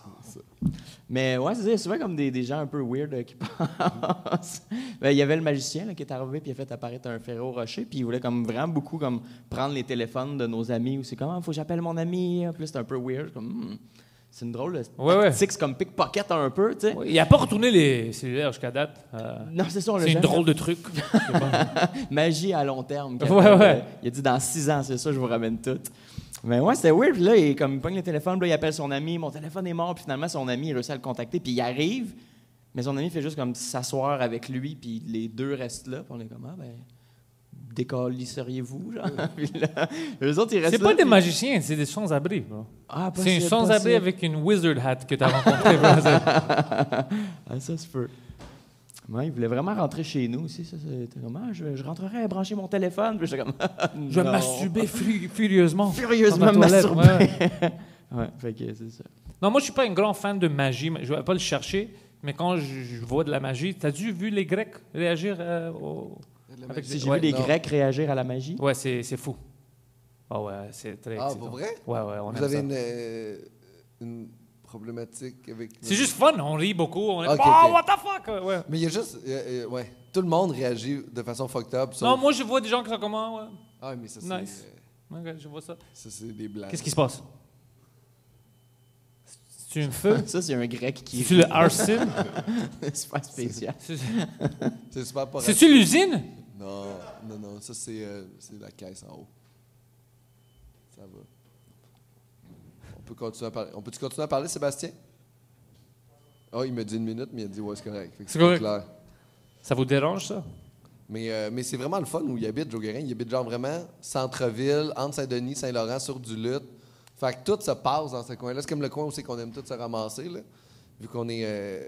Speaker 5: Mais ouais, c'est ça, il y a souvent comme des, des gens un peu weird euh, qui passent. Ben, il y avait le magicien là, qui est arrivé puis il a fait apparaître un ferro rocher puis il voulait comme vraiment beaucoup comme prendre les téléphones de nos amis ou c'est comme Ah, faut que j'appelle mon ami. Puis là, c'est un peu weird comme Hmm, c'est une drôle de
Speaker 2: Ouais, ouais.
Speaker 5: tactique, c'est comme pickpocket un peu, tu sais.
Speaker 2: Ouais, Il a pas retourné les cellulaires jusqu'à date. Euh,
Speaker 5: Non, c'est ça, on l'a
Speaker 2: c'est une
Speaker 5: jamais-
Speaker 2: drôle de truc.
Speaker 5: magie à long terme.
Speaker 2: Ouais,
Speaker 5: qu'il appelle,
Speaker 2: ouais.
Speaker 5: euh, il a dit dans six ans, c'est ça, je vous ramène tout. Mais ouais, c'était weird. Puis là, il, comme, il pogne le téléphone, puis là, il appelle son ami, mon téléphone est mort, puis finalement, son ami, il réussit à le contacter, puis il arrive. Mais son ami fait juste comme s'asseoir avec lui, puis les deux restent là, puis on est comme, ah ben, décalisseriez-vous, genre. Puis là, eux autres, ils restent
Speaker 2: C'est pas
Speaker 5: là,
Speaker 2: des
Speaker 5: puis-
Speaker 2: magiciens, c'est des sans-abri, bro.
Speaker 5: Ah, possible,
Speaker 2: C'est une sans-abri
Speaker 5: possible.
Speaker 2: avec une wizard hat que t'as rencontré, bro. C'est-
Speaker 5: Ah, ça se peut. Ouais, il voulait vraiment rentrer chez nous aussi. Ça, c'était comme, ah, je, je rentrerai à brancher mon téléphone. Puis j'étais comme,
Speaker 2: Je
Speaker 5: non.
Speaker 2: masturbais furi- furieusement.
Speaker 5: Furieusement
Speaker 2: dans ma toilette,
Speaker 5: masturbé.
Speaker 2: ouais.
Speaker 5: ouais, fait que c'est ça.
Speaker 2: Non, moi, je suis pas un grand fan de magie. mais Je vais pas le chercher, mais quand je, je vois de la magie, t'as dû vu les Grecs réagir euh, au... avec
Speaker 5: Si
Speaker 2: des-
Speaker 5: j'ai
Speaker 2: ouais,
Speaker 5: vu les
Speaker 4: non.
Speaker 5: Grecs réagir à la magie.
Speaker 2: Ouais, c'est, c'est fou. Ah ouais, c'est très
Speaker 4: Ah,
Speaker 2: excitant.
Speaker 4: pour vrai?
Speaker 2: Ouais, ouais, on aime
Speaker 4: Vous avez
Speaker 2: ça.
Speaker 4: une, euh, une problématique avec.
Speaker 2: C'est juste fun, on rit beaucoup. On est...
Speaker 4: Ok,
Speaker 2: oh,
Speaker 4: ok.
Speaker 2: what the fuck! Ouais, ouais.
Speaker 4: Mais il y a juste. euh, euh, ouais. Tout le monde réagit de façon fucked up. sauf-
Speaker 2: Non, moi, je vois des gens qui sont comme... ah,
Speaker 4: Ah, mais ça, c'est.
Speaker 2: Nice.
Speaker 4: euh,
Speaker 2: ouais. Ok, je vois ça.
Speaker 4: ça, c'est des blagues.
Speaker 2: Qu'est-ce qui se passe? C'est un feu?
Speaker 5: Ça, c'est un Grec qui
Speaker 2: C'est-tu le arson?
Speaker 5: C'est super spécial.
Speaker 2: C'est-
Speaker 4: C'est super pas
Speaker 2: C'est-tu l'usine?
Speaker 4: Non, non, non, ça c'est euh, c'est la caisse en haut. Ça va. On peut continuer à parler. On peut-tu continuer à parler, Sébastien? Ah, il m'a dit une minute, mais il a dit ouais, c'est correct. Fait que
Speaker 2: C'est
Speaker 4: c'est pas
Speaker 2: correct.
Speaker 4: clair.
Speaker 2: Ça vous dérange, ça?
Speaker 4: Mais, euh, mais c'est vraiment le fun où il habite, Joe Guérin. Il habite genre vraiment centre-ville, entre Saint-Denis, Saint-Laurent, sur du lutte. Fait que tout se passe dans ce coin-là. C'est comme le coin où c'est qu'on aime tout se ramasser, là. Vu qu'on est, euh,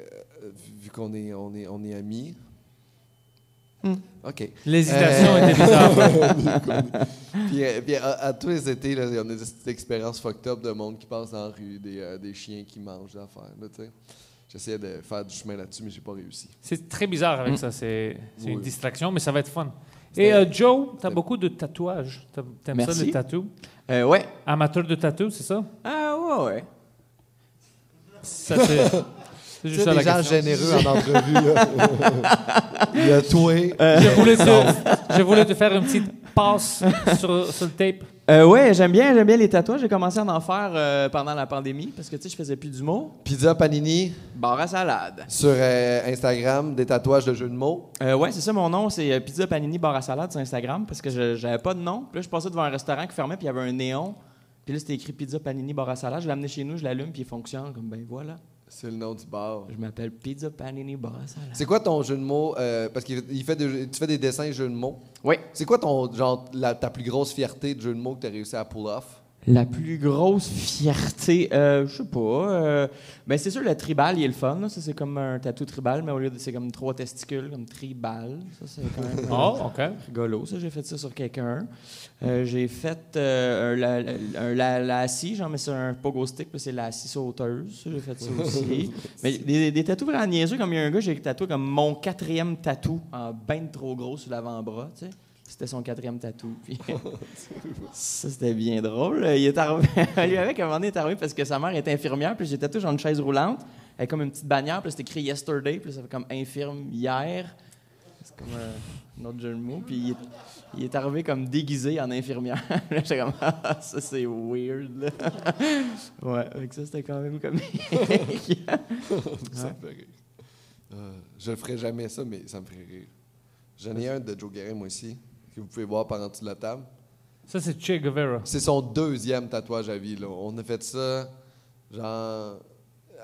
Speaker 4: vu qu'on est, on est, on est amis. OK.
Speaker 2: L'hésitation était bizarre.
Speaker 4: Puis, euh, puis à, à tous les étés, là, il y en a des petites expériences fucked up de monde qui passe dans la rue, des, euh, des chiens qui mangent des affaires. là, tu sais. J'essayais de faire du chemin là-dessus, mais j'ai pas réussi.
Speaker 2: C'est très bizarre avec ça. C'est c'est une
Speaker 4: Oui.
Speaker 2: distraction, mais ça va être fun.
Speaker 4: C'était-
Speaker 2: Et euh, Joe, t'as
Speaker 4: c'était-
Speaker 2: beaucoup de tatouages. T'aimes t'aimes ça,
Speaker 5: Merci.
Speaker 2: les tatous?
Speaker 5: Euh, ouais.
Speaker 2: Amateur de tatous, c'est ça?
Speaker 5: Ah, ouais, ouais.
Speaker 2: ça c'est- C'est
Speaker 4: Tu
Speaker 2: juste
Speaker 4: sais,
Speaker 2: ça
Speaker 4: des
Speaker 2: la
Speaker 4: gens
Speaker 2: question.
Speaker 4: généreux en entrevue, là. Il y a toi. euh,
Speaker 2: Je voulais, te, je voulais te faire une petite passe sur, sur le tape.
Speaker 5: Euh, ouais, j'aime bien, j'aime bien les tatouages. J'ai commencé à en faire euh, pendant la pandémie parce que tu sais, je faisais plus d'humour.
Speaker 4: Pizza Panini
Speaker 5: Barre à salade.
Speaker 4: sur euh, Instagram, des tatouages de jeux de mots.
Speaker 5: Euh, ouais, c'est ça mon nom, c'est euh, Pizza Panini Barre à salade sur Instagram parce que je- j'avais pas de nom. Puis là, je passais devant un restaurant qui fermait, puis il y avait un néon. Puis là, c'était écrit Pizza Panini Barre à salade. Je l'ai amené chez nous, je l'allume, puis il fonctionne. Comme ben voilà,
Speaker 4: C'est le nom du bar.
Speaker 5: je m'appelle Pizza Panini Barre à salade.
Speaker 4: C'est quoi ton jeu de mots? euh, parce qu'il il fait des- tu fais des dessins jeux de mots.
Speaker 5: Oui.
Speaker 4: C'est quoi ton genre la- ta plus grosse fierté de jeu de mots que tu as réussi à pull off?
Speaker 5: La plus grosse fierté, euh, je sais pas. euh, ben c'est sûr, le tribal, il est le fun. là. Ça, c'est comme un tatou tribal, mais au lieu de. C'est comme trois testicules, comme tribal. Ça, c'est quand même. euh,
Speaker 2: Oh, OK.
Speaker 5: rigolo, ça. J'ai fait ça sur quelqu'un. Euh, j'ai fait euh, un la- la- un la- lassie, j'en mets sur un pogo stick, puis c'est lassie sauteuse. Ça, j'ai fait ça aussi. Mais des, des tatous vraiment niaiseux, comme il y a un gars, j'ai tatoué comme mon quatrième tatou en ben trop gros sur l'avant-bras, tu sais. C'était son quatrième tatou. puis- ça, c'était bien drôle. Il est arrivé, lui avec, à un moment donné, il est arrivé parce que sa mère était infirmière, puis j'étais toujours dans une chaise roulante, avec comme une petite bannière, puis c'était écrit yesterday, puis ça fait comme infirme hier. C'est comme euh, un, un autre jeu de mots. Puis il est, il est arrivé comme déguisé en infirmière. Là, j'étais comme, ah, ça c'est weird. là. ouais, avec ça, c'était quand même comique.
Speaker 4: Ça me fait rire. Euh, je ferai jamais ça, mais ça me fait rire. J'en ai un de Joe Guérin, moi aussi, que vous pouvez voir par en dessous de la table.
Speaker 2: Ça, c'est Che Guevara.
Speaker 4: C'est son deuxième tatouage à vie. Là. On a fait ça, genre,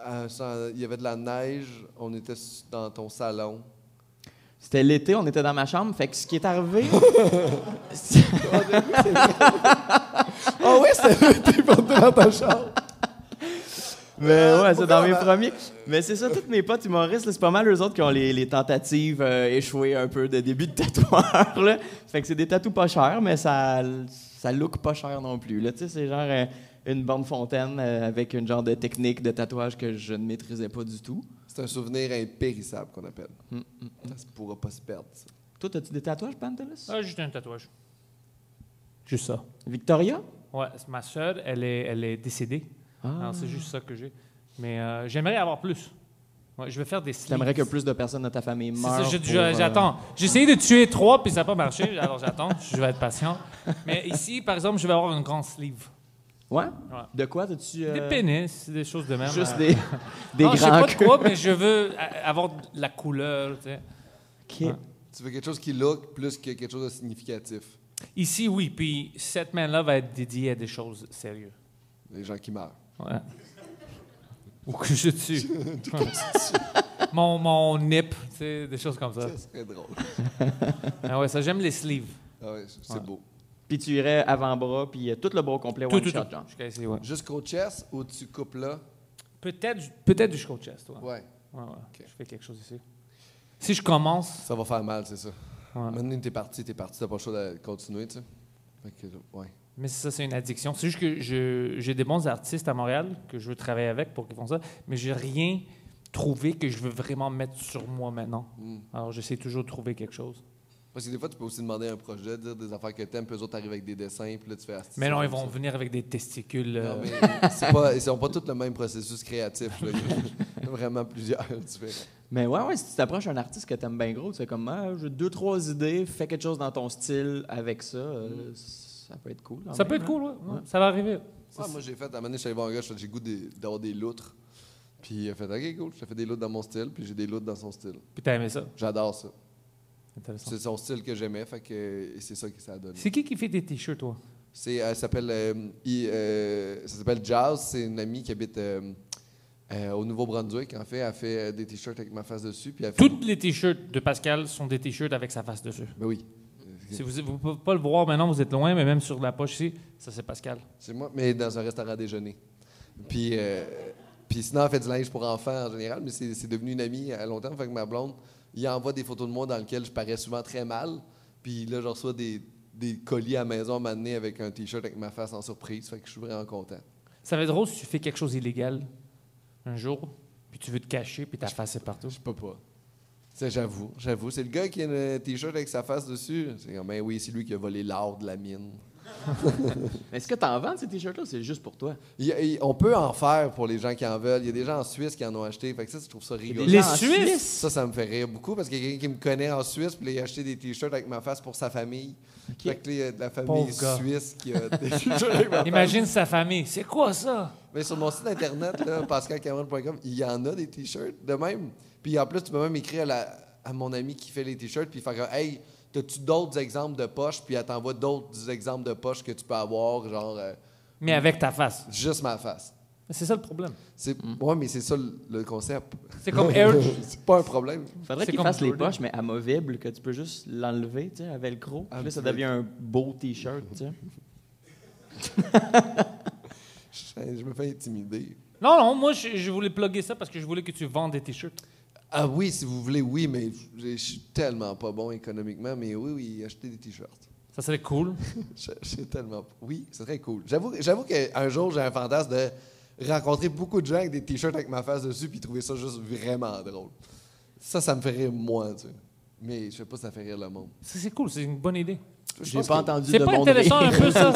Speaker 4: à- sans- il y avait de la neige, on était s- dans ton salon.
Speaker 5: C'était l'été, on était dans ma chambre. Fait que ce qui est arrivé,
Speaker 4: Ah ouais, c'était dans ta chambre.
Speaker 5: Mais ouais, c'est dans mes premiers. Mais c'est ça, tous mes potes humoristes, là, c'est pas mal eux autres qui ont les, les tentatives euh, échouées un peu de début de tatoueur. Là. Fait que c'est des tatous pas chers, mais ça, ça look pas cher non plus. Là. Tu sais, c'est genre euh, une borne fontaine euh, avec une genre de technique de tatouage que je ne maîtrisais pas du tout.
Speaker 4: C'est un souvenir impérissable qu'on appelle. Ça ne pourra pas se perdre. ça.
Speaker 5: Toi, as-tu des tatouages, Pantelis?
Speaker 2: Ah, juste un tatouage. Juste ça.
Speaker 5: Victoria?
Speaker 2: Ouais, c'est ma sœur, elle est, elle est décédée. Alors, c'est juste ça que j'ai. Mais euh, j'aimerais avoir plus. Ouais, je vais faire des sleeves.
Speaker 5: J'aimerais que plus de personnes de ta famille
Speaker 2: C'est ça,
Speaker 5: meurent.
Speaker 2: j'ai-
Speaker 5: pour,
Speaker 2: j'ai-
Speaker 5: euh,
Speaker 2: J'attends. J'ai essayé de tuer trois, puis ça n'a pas marché. Alors j'attends. Je vais être patient. Mais ici, par exemple, je vais avoir une grande sleeve.
Speaker 5: Ouais?
Speaker 2: Ouais.
Speaker 5: De quoi? As-tu.
Speaker 2: Des
Speaker 5: euh,
Speaker 2: pénis, des choses de même.
Speaker 5: Juste
Speaker 2: Euh,
Speaker 5: des, des
Speaker 2: non, je sais
Speaker 5: grands
Speaker 2: pas de
Speaker 5: queues.
Speaker 2: quoi, mais je veux euh, avoir de la couleur. tu sais.
Speaker 5: Ok.
Speaker 4: Tu veux quelque chose qui look plus que quelque chose de significatif.
Speaker 2: Ici, oui. Puis cette main-là va être dédiée à des choses sérieuses.
Speaker 4: Les gens qui meurent.
Speaker 2: Ouais. Ou que je tue. Ouais. mon, mon nip, tu sais, des choses comme ça.
Speaker 4: Ça serait drôle.
Speaker 2: Ah ouais, ça, j'aime les sleeves.
Speaker 4: Ah ouais, c'est beau.
Speaker 5: Puis tu irais avant-bras, puis euh, tout le bras complet,
Speaker 2: Tout,
Speaker 5: one
Speaker 2: tout,
Speaker 5: shot,
Speaker 2: tout.
Speaker 5: genre.
Speaker 2: Jusqu'à ici, ouais.
Speaker 4: Jusqu'au chest ou tu coupes là?
Speaker 2: Peut-être peut du show chest, ouais.
Speaker 4: Ouais.
Speaker 2: Ouais, ouais. Je fais quelque chose ici. Si je commence,
Speaker 4: Ça va faire mal, c'est ça. Maintenant, t'es parti, t'es parti, t'as pas le choix de continuer, tu sais. Fait que, ouais.
Speaker 2: mais ça, c'est une addiction. C'est juste que je- j'ai des bons artistes à Montréal que je veux travailler avec pour qu'ils font ça, mais j'ai rien trouvé que je veux vraiment mettre sur moi maintenant.
Speaker 4: Hmm.
Speaker 2: Alors, j'essaie toujours de trouver quelque chose.
Speaker 4: Parce que des fois, tu peux aussi demander un projet, dire des affaires que t'aimes, puis eux autres arrivent avec des dessins, puis là, tu fais Ah, c'est
Speaker 2: Mais non,
Speaker 4: ça,
Speaker 2: ils vont
Speaker 4: ça.
Speaker 2: venir avec des testicules. euh,
Speaker 4: Non, mais c'est pas, ils n'ont pas tous le même processus créatif. là. Il y en a vraiment plusieurs différents.
Speaker 5: Mais ouais, ouais, si tu t'approches d'un artiste que t'aimes bien gros, tu fais comme, ah, j'ai deux, trois idées, fais quelque chose dans ton style avec ça, euh, ça peut être cool. quand
Speaker 2: Mm. Ça
Speaker 5: même,
Speaker 2: peut être
Speaker 5: hein.
Speaker 2: cool, ouais. Ouais, Ça va arriver.
Speaker 4: Ouais, moi, j'ai fait, à un moment donné, je suis allé voir un gars, je fais, j'ai goût des- d'avoir des loutres. Puis il a fait, OK, cool, je te fais des loutres dans mon style, puis j'ai des loutres dans son style.
Speaker 2: Puis t'as aimé ça.
Speaker 4: J'adore ça.
Speaker 2: Intéressant.
Speaker 4: C'est son style que j'aimais, fait que c'est ça qui ça a donné.
Speaker 2: C'est qui qui fait des t-shirts, toi?
Speaker 4: C'est, elle s'appelle, euh, I- euh, ça s'appelle Jazz. C'est une amie qui habite euh, euh, au Nouveau-Brunswick. En fait, elle fait euh, des t-shirts avec ma face dessus. Puis elle fait-
Speaker 2: Toutes les t-shirts de Pascal sont des t-shirts avec sa face dessus.
Speaker 4: Ben oui,
Speaker 2: Si vous ne pouvez pas le voir maintenant, vous êtes loin, mais même sur la poche ici, ça c'est Pascal.
Speaker 4: c'est moi, mais dans un restaurant à déjeuner. Puis, euh, puis sinon, elle fait du linge pour enfants en général, mais c'est, c'est devenu une amie à long terme. Fait que ma blonde, il envoie des photos de moi dans lesquelles je parais souvent très mal. Puis là, je reçois des, des colis à la maison m'amener avec un t-shirt avec ma face en surprise. Fait que je suis vraiment content.
Speaker 2: Ça va être drôle si tu fais quelque chose illégal un jour, puis tu veux te cacher, puis ta face est partout.
Speaker 4: Je peux pas. Ça, j'avoue, j'avoue. C'est le gars qui a un t-shirt avec sa face dessus. C'est comme, ben oui, c'est lui qui a volé l'or de la mine.
Speaker 5: Mais Est-ce que t'en vends ces t-shirts-là ou c'est juste pour toi?
Speaker 4: Il y a- il- on peut en faire pour les gens qui en veulent. Il y a des gens en Suisse qui en ont acheté. Fait que ça, je trouve ça rigolo.
Speaker 2: Les
Speaker 5: gens en
Speaker 2: Suisses?
Speaker 4: Ça, ça me fait rire beaucoup parce qu'il y a quelqu'un qui me connaît en Suisse puis il a acheté des t-shirts avec ma face pour sa famille. Fait que là, il y a de la famille
Speaker 2: Pauvre gars.
Speaker 4: suisse qui a des t-shirts avec ma
Speaker 2: Imagine sa famille. C'est quoi ça?
Speaker 4: Mais sur mon site internet, là, pascalcameron.com, il y en a des t-shirts de même. Puis en plus, tu peux même écrire à, la- à mon ami qui fait les t-shirts, puis faire comme, Hey, t'as-tu d'autres exemples de poches? Puis elle t'envoie d'autres exemples de poches que tu peux avoir, genre euh,
Speaker 2: Mais avec ta face.
Speaker 4: juste ma face.
Speaker 2: C'est ça le problème.
Speaker 4: C'est, Ouais, mais c'est ça le, le concept.
Speaker 2: C'est comme Air.
Speaker 4: C'est pas un problème.
Speaker 5: Faudrait
Speaker 2: C'est
Speaker 5: qu'ils
Speaker 2: comme
Speaker 5: fassent les
Speaker 2: Jordan.
Speaker 5: poches, mais amovibles, que tu peux juste l'enlever, tu sais, avec le croc. Puis
Speaker 4: Ah,
Speaker 5: là, ça
Speaker 4: tu veux-
Speaker 5: devient un beau t-shirt, tu sais.
Speaker 4: Je, je me fais intimider.
Speaker 2: Non, non, moi, je, je voulais plugger ça parce que je voulais que tu vendes des t-shirts.
Speaker 4: Ah oui, si vous voulez, oui, mais je je suis tellement pas bon économiquement, mais oui, oui, acheter des t-shirts.
Speaker 2: Ça serait cool.
Speaker 4: Je- je suis tellement. Oui, c'est très cool. J'avoue, j'avoue qu'un jour, j'ai un fantasme de rencontrer beaucoup de gens avec des t-shirts avec ma face dessus puis trouver ça juste vraiment drôle. Ça, ça me fait rire moi, tu sais. Mais je sais pas si ça fait rire le monde.
Speaker 2: Ça, C'est cool, c'est une bonne idée.
Speaker 4: Je
Speaker 5: J'ai
Speaker 4: pense
Speaker 5: pas
Speaker 4: que-
Speaker 5: entendu
Speaker 2: C'est
Speaker 5: de
Speaker 2: pas
Speaker 5: monde
Speaker 2: intéressant un
Speaker 5: rire.
Speaker 2: peu ça?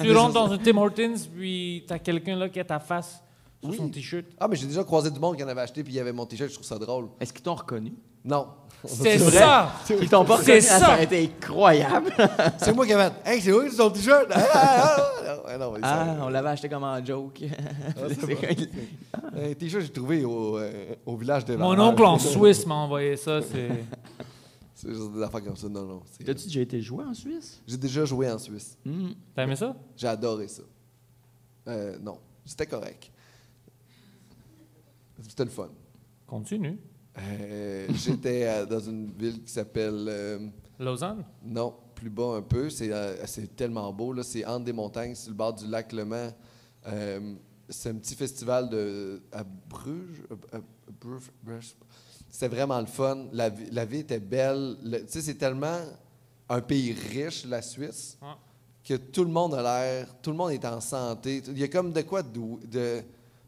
Speaker 2: tu rentres dans un Tim Hortons, puis t'as quelqu'un là qui a ta face sur
Speaker 4: Oui.
Speaker 2: son t-shirt.
Speaker 4: Ah, mais j'ai déjà croisé du monde qui en avait acheté puis il y avait mon t-shirt, je trouve ça drôle.
Speaker 5: Est-ce qu'ils t'ont reconnu?
Speaker 4: Non.
Speaker 2: C'est
Speaker 5: vrai.
Speaker 2: ça!
Speaker 5: Ils t'ont pas
Speaker 2: C'est
Speaker 5: reconnu? Ah,
Speaker 2: ça.
Speaker 5: ça aurait été incroyable!
Speaker 4: c'est moi qui avais. Hey, c'est où ton t-shirt? Ah, ah, ah, ah. Ah, non, mais ça-
Speaker 5: Ah, on l'avait acheté comme en joke. Ah, C'est quand il-
Speaker 4: Un t-shirt, que j'ai trouvé au, euh, au village de la
Speaker 2: Mon
Speaker 4: mère.
Speaker 2: oncle en Suisse m'a envoyé ça. c'est-
Speaker 4: C'est juste des affaires comme ça. Non, non. c'est-
Speaker 5: T'as-tu déjà été joué en Suisse?
Speaker 4: J'ai déjà joué en Suisse.
Speaker 2: T'as aimé ça?
Speaker 4: J'ai adoré ça. Euh, non, c'était correct. C'était le fun.
Speaker 2: Continue.
Speaker 4: Euh, J'étais euh, dans une ville qui s'appelle. euh,
Speaker 2: Lausanne?
Speaker 4: non, plus bas un peu. C'est euh, c'est tellement beau. là. C'est entre des montagnes, sur le bord du lac Le Mans. Euh, c'est un petit festival de, à Bruges. euh, à- à- à Bruges- Bruges. C'était vraiment le fun. La, vi- la vie était belle. Le- Tu sais, c'est tellement un pays riche, la Suisse,
Speaker 2: Ouais.
Speaker 4: que tout le monde a l'air, tout le monde est en santé. Il y a comme de quoi de. de-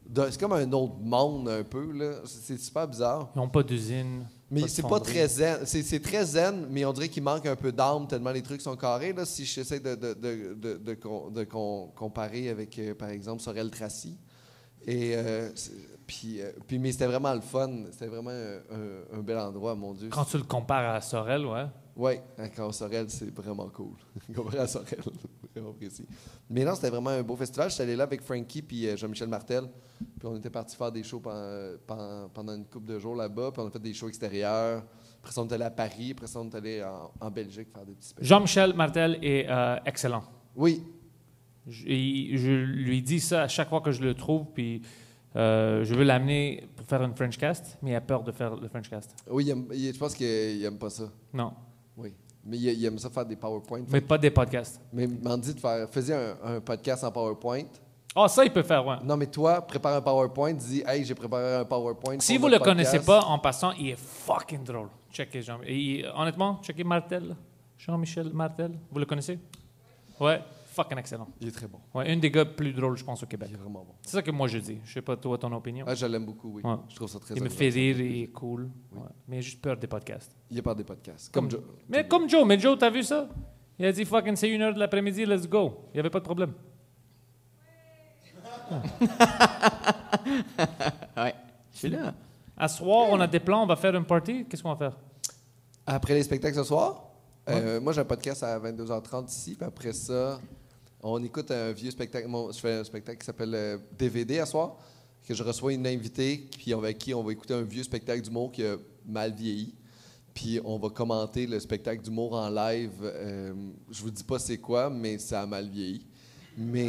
Speaker 4: de- c'est comme un autre monde un peu. là. C'est c'est super bizarre.
Speaker 2: Ils n'ont pas d'usine.
Speaker 4: Mais
Speaker 2: de
Speaker 4: c'est pas
Speaker 2: fonderie.
Speaker 4: très zen. C'est c'est très zen, mais on dirait qu'il manque un peu d'âme tellement les trucs sont carrés. Là, si j'essaie de, de, de- de- de com- de com- comparer avec, euh, par exemple, Sorel Tracy. Et euh, c'est- puis, euh, puis, mais c'était vraiment le fun. C'était vraiment un, un- un bel endroit, mon Dieu.
Speaker 2: Quand tu le compares à Sorel, ouais.
Speaker 4: Oui, quand Sorel, c'est vraiment cool. Comparé à Sorel, vraiment précis. Mais non, c'était vraiment un beau festival. J'étais allé là avec Frankie puis euh, Jean-Michel Martel. Puis on était parti faire des shows pen- pen- pendant une couple de jours là-bas. Puis on a fait des shows extérieurs. Après ça, on est allé à Paris. Après ça, on est allé en, en Belgique faire des petits spectacles.
Speaker 2: Jean-Michel Martel est euh, excellent.
Speaker 4: Oui,
Speaker 2: Je, il- je lui dis ça à chaque fois que je le trouve, puis euh, je veux l'amener pour faire une French cast, mais il a peur de faire le French cast.
Speaker 4: oui il aime- il- je pense qu'il aime pas ça.
Speaker 2: Non,
Speaker 4: Oui. Mais il, il aime ça faire des PowerPoint.
Speaker 2: mais pas des podcasts.
Speaker 4: Mais il m'en dit de faire. Faisais un, un podcast en PowerPoint.
Speaker 2: Ah, ça, il peut faire, ouais.
Speaker 4: Non, mais toi, prépare un PowerPoint. Dis, hey, j'ai préparé un PowerPoint.
Speaker 2: Si
Speaker 4: pour
Speaker 2: vous le
Speaker 4: notre
Speaker 2: connaissez
Speaker 4: podcast.
Speaker 2: pas, en passant, il est fucking drôle. Checkez Jean. et il- honnêtement, checkez Martel. Jean-Michel Martel. Vous le connaissez? Ouais, fucking excellent.
Speaker 4: Il est très bon.
Speaker 2: Ouais, un des gars plus drôles, je pense, au Québec.
Speaker 4: Il est vraiment bon.
Speaker 2: C'est ça que moi je dis. Je sais pas toi ton opinion.
Speaker 4: Ah, je l'aime beaucoup, oui.
Speaker 2: Ouais.
Speaker 4: Je trouve ça très
Speaker 2: Il me
Speaker 4: agréable.
Speaker 2: fait rire, il est cool. Ouais. Mais j'ai juste peur des podcasts.
Speaker 4: Il est par des podcasts. Comme, Joe.
Speaker 2: Mais comme Joe, mais Joe, t'as vu ça? Il a dit fucking c'est une heure de l'après-midi, let's go. Il n'y avait pas de problème.
Speaker 5: Ouais. Je suis là.
Speaker 2: À ce soir, on a des plans, on va faire une party. Qu'est-ce qu'on va faire?
Speaker 4: Après les spectacles ce soir, euh, moi j'ai un podcast à 22h30 ici, puis après ça, on écoute un vieux spectacle. Mon- je fais un spectacle qui s'appelle euh, DVD à soir, que je reçois une invitée, puis avec qui on va écouter un vieux spectacle d'humour qui a mal vieilli. Puis on va commenter le spectacle d'humour en live. Euh, je vous dis pas c'est quoi, mais ça a mal vieilli. Mais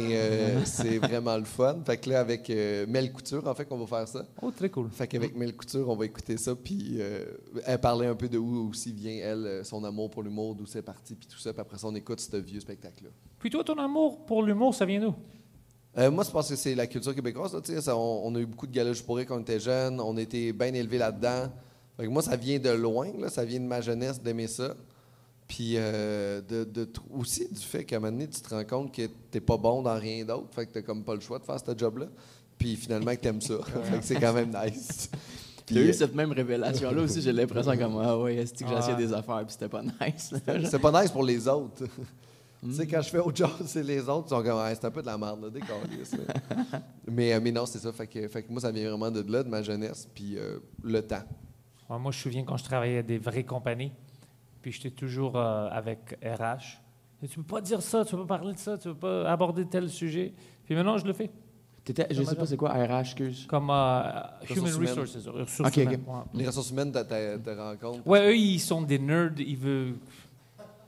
Speaker 4: euh, c'est vraiment le fun. Fait que là, avec euh, Mel Couture, en fait, qu'on va faire ça.
Speaker 2: Oh, très cool.
Speaker 4: Fait qu'avec Mel Couture, on va écouter ça, puis euh, elle parlait un peu de où aussi vient elle, euh, son amour pour l'humour, d'où c'est parti, puis tout ça, puis après ça, on écoute ce vieux spectacle-là.
Speaker 2: Puis toi, ton amour pour l'humour, ça vient d'où?
Speaker 4: Euh, moi, je pense que c'est la culture québécoise, là, tu sais, ça, on, on a eu beaucoup de galas pourrais quand on était jeunes, on était bien élevés là-dedans. Fait que moi, ça vient de loin, là, ça vient de ma jeunesse d'aimer ça, puis euh, de, de tr- aussi du fait qu'à un moment donné, tu te rends compte que t'es pas bon dans rien d'autre, fait que t'as comme pas le choix de faire ce job-là, puis finalement que t'aimes ça, fait que c'est quand même nice.
Speaker 5: J'ai
Speaker 4: Puis,
Speaker 5: eu cette même révélation-là aussi, j'ai l'impression comme, ah ouais, est-ce que j'ai
Speaker 2: Ouais.
Speaker 5: essayé des affaires puis c'était pas nice. là?
Speaker 4: C'est pas nice pour les autres. Tu
Speaker 2: Hmm.
Speaker 4: sais, quand je fais autre chose, c'est les autres qui sont comme, Ah, c'est un peu de la merde, là, des câlisses, là. mais, euh, mais non, c'est ça. Fait que, fait que moi, ça vient vraiment de là, de ma jeunesse, puis euh, le temps.
Speaker 2: Ouais, moi, je me souviens quand je travaillais à des vraies compagnies, puis j'étais toujours euh, avec RH. Et tu peux pas dire ça, tu peux pas parler de ça, tu peux pas aborder tel sujet. Puis maintenant, je le fais.
Speaker 5: T'étais, je sais pas c'est quoi, RH, excuse.
Speaker 2: Comme euh, Human
Speaker 4: Ressources humaines.
Speaker 2: Resources. ressources
Speaker 5: Ok, ok.
Speaker 2: humaines, ouais.
Speaker 4: Les ressources humaines te- te te rencontrent.
Speaker 2: Ouais, eux, ils sont des nerds. Ils veulent,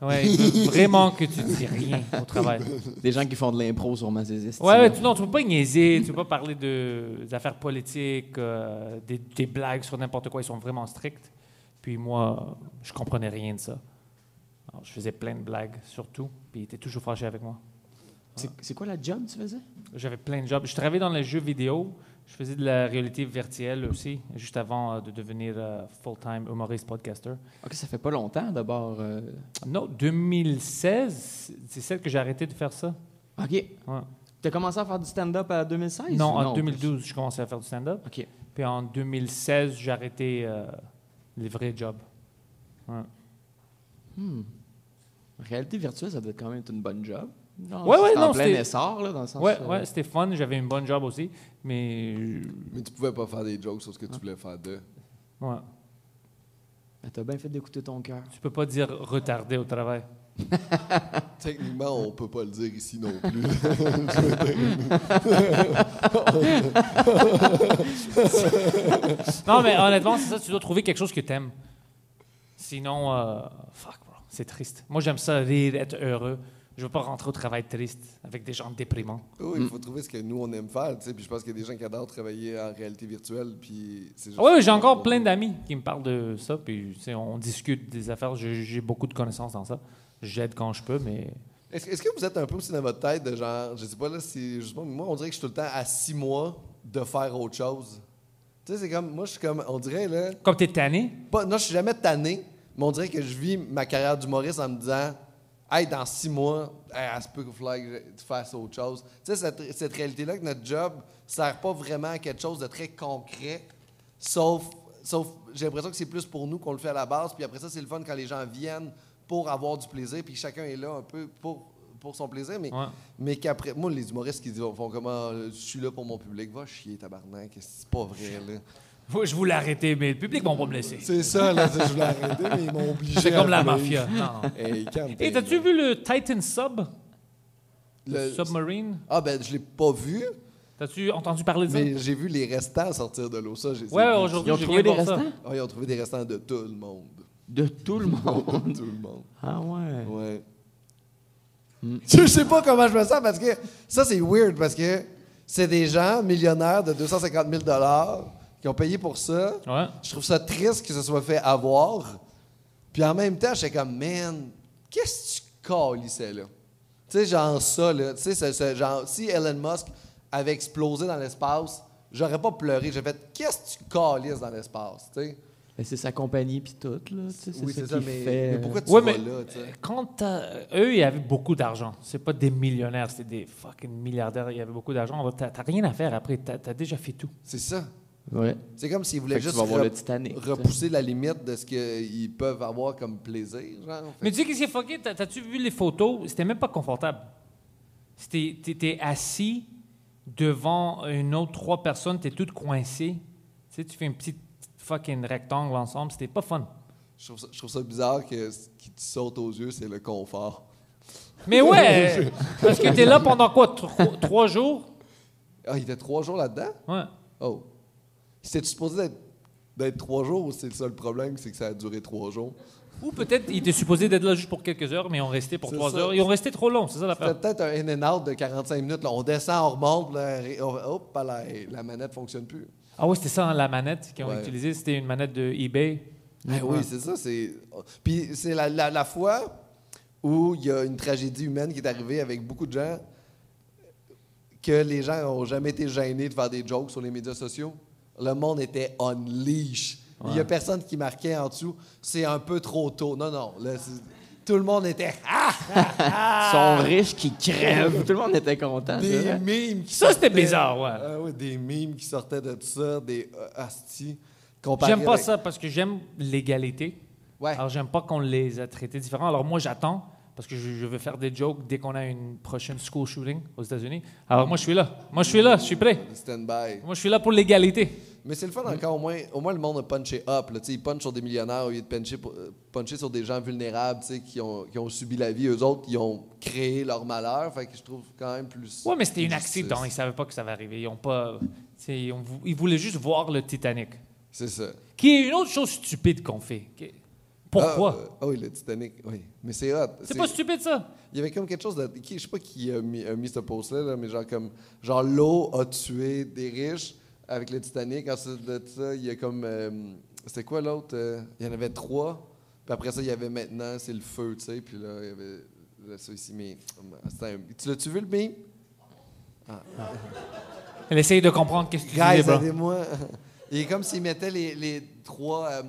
Speaker 2: ouais, ils veulent vraiment que tu dis rien au travail.
Speaker 5: Des gens qui font de l'impro sur ma zéziste.
Speaker 2: Ouais, ouais, tu, non, tu peux pas niaiser, tu peux pas parler de, des affaires politiques, euh, des, des blagues sur n'importe quoi. Ils sont vraiment stricts. Puis moi, je comprenais rien de ça. Alors, je faisais plein de blagues, surtout. Puis ils étaient toujours fâchés avec moi.
Speaker 5: C'est, c'est quoi la job que tu faisais?
Speaker 2: J'avais plein de jobs. Je travaillais dans les jeux vidéo. Je faisais de la réalité virtuelle aussi, juste avant euh, de devenir euh, full-time humoriste podcaster.
Speaker 5: Ok, ça fait pas longtemps d'abord. euh.
Speaker 2: Non, 2016, c'est celle que j'ai arrêté de faire ça.
Speaker 5: Ok.
Speaker 2: Ouais.
Speaker 5: T'as commencé à faire du stand-up à 2016?
Speaker 2: Non,
Speaker 5: ou
Speaker 2: en 2012, je commençais à faire du stand-up.
Speaker 5: Ok.
Speaker 2: Puis en 2016, j'ai arrêté euh, les vrais jobs. Ouais,
Speaker 5: Réalité virtuelle, ça doit être quand même une bonne job. Non,
Speaker 2: Ouais, ouais,
Speaker 5: c'est en
Speaker 2: non,
Speaker 5: plein
Speaker 2: c'était-
Speaker 5: essor, là, dans le sens.
Speaker 2: ouais,
Speaker 5: euh,
Speaker 2: ouais, c'était fun. J'avais une bonne job aussi. Mais. euh,
Speaker 4: Mais tu pouvais pas faire des jokes sur ce que
Speaker 2: Ah.
Speaker 4: tu voulais faire d'eux.
Speaker 2: Ouais.
Speaker 5: ben, t'as bien fait d'écouter ton cœur.
Speaker 2: Tu peux pas dire retardé au travail.
Speaker 4: Techniquement, on peut pas le dire ici non plus.
Speaker 2: Non, mais honnêtement, c'est ça, tu dois trouver quelque chose que t'aimes. Sinon, euh, fuck, bro, c'est triste. Moi, j'aime ça, rire, être heureux. Je veux pas rentrer au travail triste avec des gens déprimants.
Speaker 4: Oui,
Speaker 2: Hmm.
Speaker 4: il faut trouver ce que nous, on aime faire. tu sais. Puis je pense qu'il y a des gens qui adorent travailler en réalité virtuelle. Puis c'est juste-
Speaker 2: Ah oui, j'ai encore plein d'amis qui me parlent de ça, puis tu sais, on discute des affaires. J'ai j'ai beaucoup de connaissances dans ça. J'aide quand je peux, mais
Speaker 4: Est-ce est-ce que vous êtes un peu aussi dans votre tête de genre, je sais pas là, si je sais pas, mais moi on dirait que je suis tout le temps à six mois de faire autre chose. Tu sais, c'est comme, moi je suis comme, on dirait là,
Speaker 2: comme t'es tanné,
Speaker 4: pas, non, je suis jamais tanné, mais on dirait que je vis ma carrière d'humoriste en me disant, hey, dans six mois, hey, ça se peut qu'il faudrait que je- tu fasses autre chose. Tu sais, cette, cette réalité-là que notre job sert pas vraiment à quelque chose de très concret, sauf, sauf j'ai l'impression que c'est plus pour nous qu'on le fait à la base, puis après ça, c'est le fun quand les gens viennent pour avoir du plaisir, puis chacun est là un peu pour pour son plaisir, mais,
Speaker 2: Ouais.
Speaker 4: mais qu'après... Moi, les humoristes qui disent, font comment... Je suis là pour mon public. Va chier, tabarnak. C'est pas vrai, là.
Speaker 2: Faut- je voulais arrêter, mais le public va pas me laisser.
Speaker 4: C'est ça, là, c'est- je voulais arrêter, mais ils m'ont obligé.
Speaker 2: C'est
Speaker 4: à
Speaker 2: comme la mafia.
Speaker 4: venir.
Speaker 2: Non.
Speaker 4: Hey, calme
Speaker 2: Et t'as-tu vu le Titan Sub, le
Speaker 4: Le-
Speaker 2: Submarine?
Speaker 4: Ah, ben, je l'ai pas vu,
Speaker 2: T'as-tu entendu parler de ça?
Speaker 4: mais j'ai vu les restants sortir de l'eau. Ça, j'ai
Speaker 2: Ouais,
Speaker 4: j'ai
Speaker 2: ouais,
Speaker 4: vu.
Speaker 2: aujourd'hui,
Speaker 5: Ils ont
Speaker 2: j'ai
Speaker 5: trouvé
Speaker 2: viens
Speaker 5: des
Speaker 2: voir ça.
Speaker 5: restants?
Speaker 4: Ah, ils ont trouvé des restants de tout le monde.
Speaker 5: De tout le monde.
Speaker 4: tout le monde.
Speaker 5: ah ouais.
Speaker 4: Ouais.
Speaker 2: Hmm.
Speaker 4: Je sais pas comment je me sens parce que ça, c'est weird parce que c'est des gens millionnaires de 250 000 qui ont payé pour ça.
Speaker 2: Ouais.
Speaker 4: Je trouve ça triste que ce soit fait avoir. Puis en même temps, j'étais comme, man, qu'est-ce que tu calissais là? Tu sais, genre ça, là. Tu sais, ce- ce genre, si Elon Musk avait explosé dans l'espace, j'aurais pas pleuré. J'ai fait, qu'est-ce que tu calisses dans l'espace? Tu sais?
Speaker 5: Ben, c'est sa compagnie puis tout, là. tu sais, C'est
Speaker 4: Oui,
Speaker 5: ça,
Speaker 4: c'est ça,
Speaker 5: qui
Speaker 4: mais,
Speaker 5: fait, euh,
Speaker 4: mais pourquoi tu
Speaker 2: Ouais,
Speaker 4: vas
Speaker 2: mais
Speaker 4: là? tu sais?
Speaker 2: euh, quand t'as- eux, ils avaient beaucoup d'argent. C'est pas des millionnaires, c'est des fucking milliardaires. Ils avaient beaucoup d'argent. On va- T'as t'as rien à faire après. T'as t'as déjà fait tout.
Speaker 4: C'est ça.
Speaker 5: Ouais.
Speaker 4: C'est comme s'ils voulaient
Speaker 5: Fait que tu
Speaker 4: juste
Speaker 5: vas voir
Speaker 4: rep-
Speaker 5: le Titanic, tu sais.
Speaker 4: repousser la limite de ce qu'ils peuvent avoir comme plaisir. Genre. Fait
Speaker 2: Mais tu sais, qu'est-ce qui est fucké? T'as- T'as-tu vu les photos? C'était même pas confortable. C'était- T'étais assis devant une autre trois personnes, t'es toute coincée. Tu sais, tu fais une petite fucking rectangle ensemble. C'était pas fun.
Speaker 4: que je, trouve ça, je trouve ça bizarre que ce qui te saute aux yeux, c'est le confort.
Speaker 2: Mais ouais! parce que t'es là pendant quoi? Tro- trois jours?
Speaker 4: Ah, il était trois jours là-dedans?
Speaker 2: Ouais.
Speaker 4: Oh. C'était supposé d'être, d'être trois jours ou c'est ça le problème, c'est que ça a duré trois jours?
Speaker 2: Ou peut-être ils étaient supposés d'être là juste pour quelques heures, mais ils ont resté pour
Speaker 4: C'est
Speaker 2: trois
Speaker 4: ça.
Speaker 2: heures. Ils ont resté trop long, c'est ça l'affaire.
Speaker 4: C'était peut-être un in and out de 45 minutes. là. On descend, on remonte, là, ré- on- hop, la, la manette fonctionne plus.
Speaker 2: Ah oui, c'était ça, hein, la manette qu'ils ont
Speaker 4: Ouais.
Speaker 2: utilisée. C'était une manette de eBay.
Speaker 4: Eh oui, c'est ça. C'est... oh, Puis c'est la, la- la fois où il y a une tragédie humaine qui est arrivée avec beaucoup de gens que les gens n'ont jamais été gênés de faire des jokes sur les médias sociaux. Le monde était on leash. Il n'y a personne qui marquait en dessous. C'est un peu trop tôt. Non, non. là, c'est- tout le monde était ah!
Speaker 5: Ils sont riches qui crèvent. tout le monde était content.
Speaker 4: des
Speaker 5: là.
Speaker 4: mimes qui
Speaker 2: Ça, c'était
Speaker 4: sortaient.
Speaker 2: bizarre, ouais.
Speaker 4: Ah ouais, des mimes qui sortaient de tout ça, des euh, astis. comparé
Speaker 2: J'aime pas
Speaker 4: avec-
Speaker 2: ça parce que j'aime l'égalité.
Speaker 4: Ouais.
Speaker 2: Alors, j'aime pas qu'on les a traités différents. Alors, moi, j'attends parce que je, je veux faire des jokes dès qu'on a une prochaine school shooting aux États-Unis. Alors moi, je suis là. Moi, je suis là. Je suis prêt.
Speaker 4: Stand-by.
Speaker 2: Moi, je suis là pour l'égalité.
Speaker 4: Mais c'est le fun encore, au moins, au moins le monde a punché up. Là, Tu sais, ils punchent sur des millionnaires au lieu de puncher, pour- euh, puncher sur des gens vulnérables tu sais, qui ont, qui ont subi la vie. Eux autres, ils ont créé leur malheur. Fait que je trouve quand même plus.
Speaker 2: Ouais, mais c'était un
Speaker 4: justice.
Speaker 2: accident. Ils savaient pas que ça va arriver. Ils ont pas. tu sais, Ils, ont vou- ils voulaient juste voir le Titanic.
Speaker 4: C'est ça.
Speaker 2: Qui est une autre chose stupide qu'on fait. Qui- Pourquoi?
Speaker 4: Ah, euh, Ah oui, le Titanic. Oui. Mais c'est hot.
Speaker 2: c'est pas stupide, ça.
Speaker 4: Il y avait comme quelque chose de. qui- je sais pas qui a mis, a mis ce post-là, là, mais genre comme. Genre l'eau a tué des riches avec le Titanic. Ensuite de ça, il y a comme. euh, C'était quoi l'autre euh, Il y en avait trois. Puis après ça, il y avait maintenant, c'est le feu, tu sais. Puis là, il y avait. là, ça ici, mais. c'était un- tu l'as-tu vu le meme
Speaker 2: Elle essaye de comprendre qu'est-ce que tu disais,
Speaker 4: Guys,
Speaker 2: bro.
Speaker 4: aidez-moi. Il est comme s'il mettait les, les trois, euh,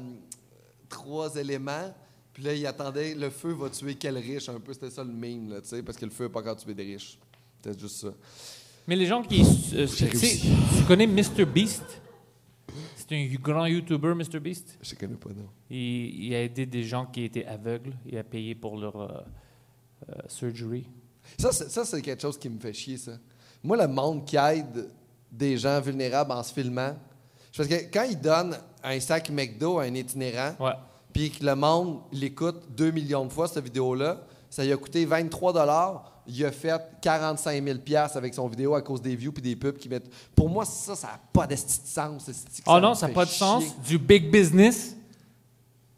Speaker 4: trois éléments, puis là, il attendait le feu va tuer quel riche. Un peu, c'était ça le meme, là, tu sais, parce que le feu n'a pas encore tué des riches. C'était juste ça.
Speaker 2: Mais les gens qui. euh, tu sais, tu connais Mr. Beast? C'est un grand YouTuber, Mr. Beast.
Speaker 4: Je connais pas, non.
Speaker 2: Il, il a aidé des gens qui étaient aveugles. Il a payé pour leur euh, euh, surgery.
Speaker 4: Ça, c'est, ça, c'est quelque chose qui me fait chier, ça. Moi, le monde qui aide des gens vulnérables en se filmant, c'est parce que quand ils donnent un sac McDo à un itinérant,
Speaker 2: Ouais.
Speaker 4: puis que le monde l'écoute 2 millions de fois, cette vidéo-là, ça lui a coûté 23 il a fait 45 000 avec son vidéo à cause des views puis des pubs qui mettent. Pour moi, ça, ça n'a pas de sti de sens. c'est sti que
Speaker 2: Oh
Speaker 4: ça
Speaker 2: non,
Speaker 4: me
Speaker 2: ça n'a
Speaker 4: fait
Speaker 2: pas de
Speaker 4: chier.
Speaker 2: sens. Du big business.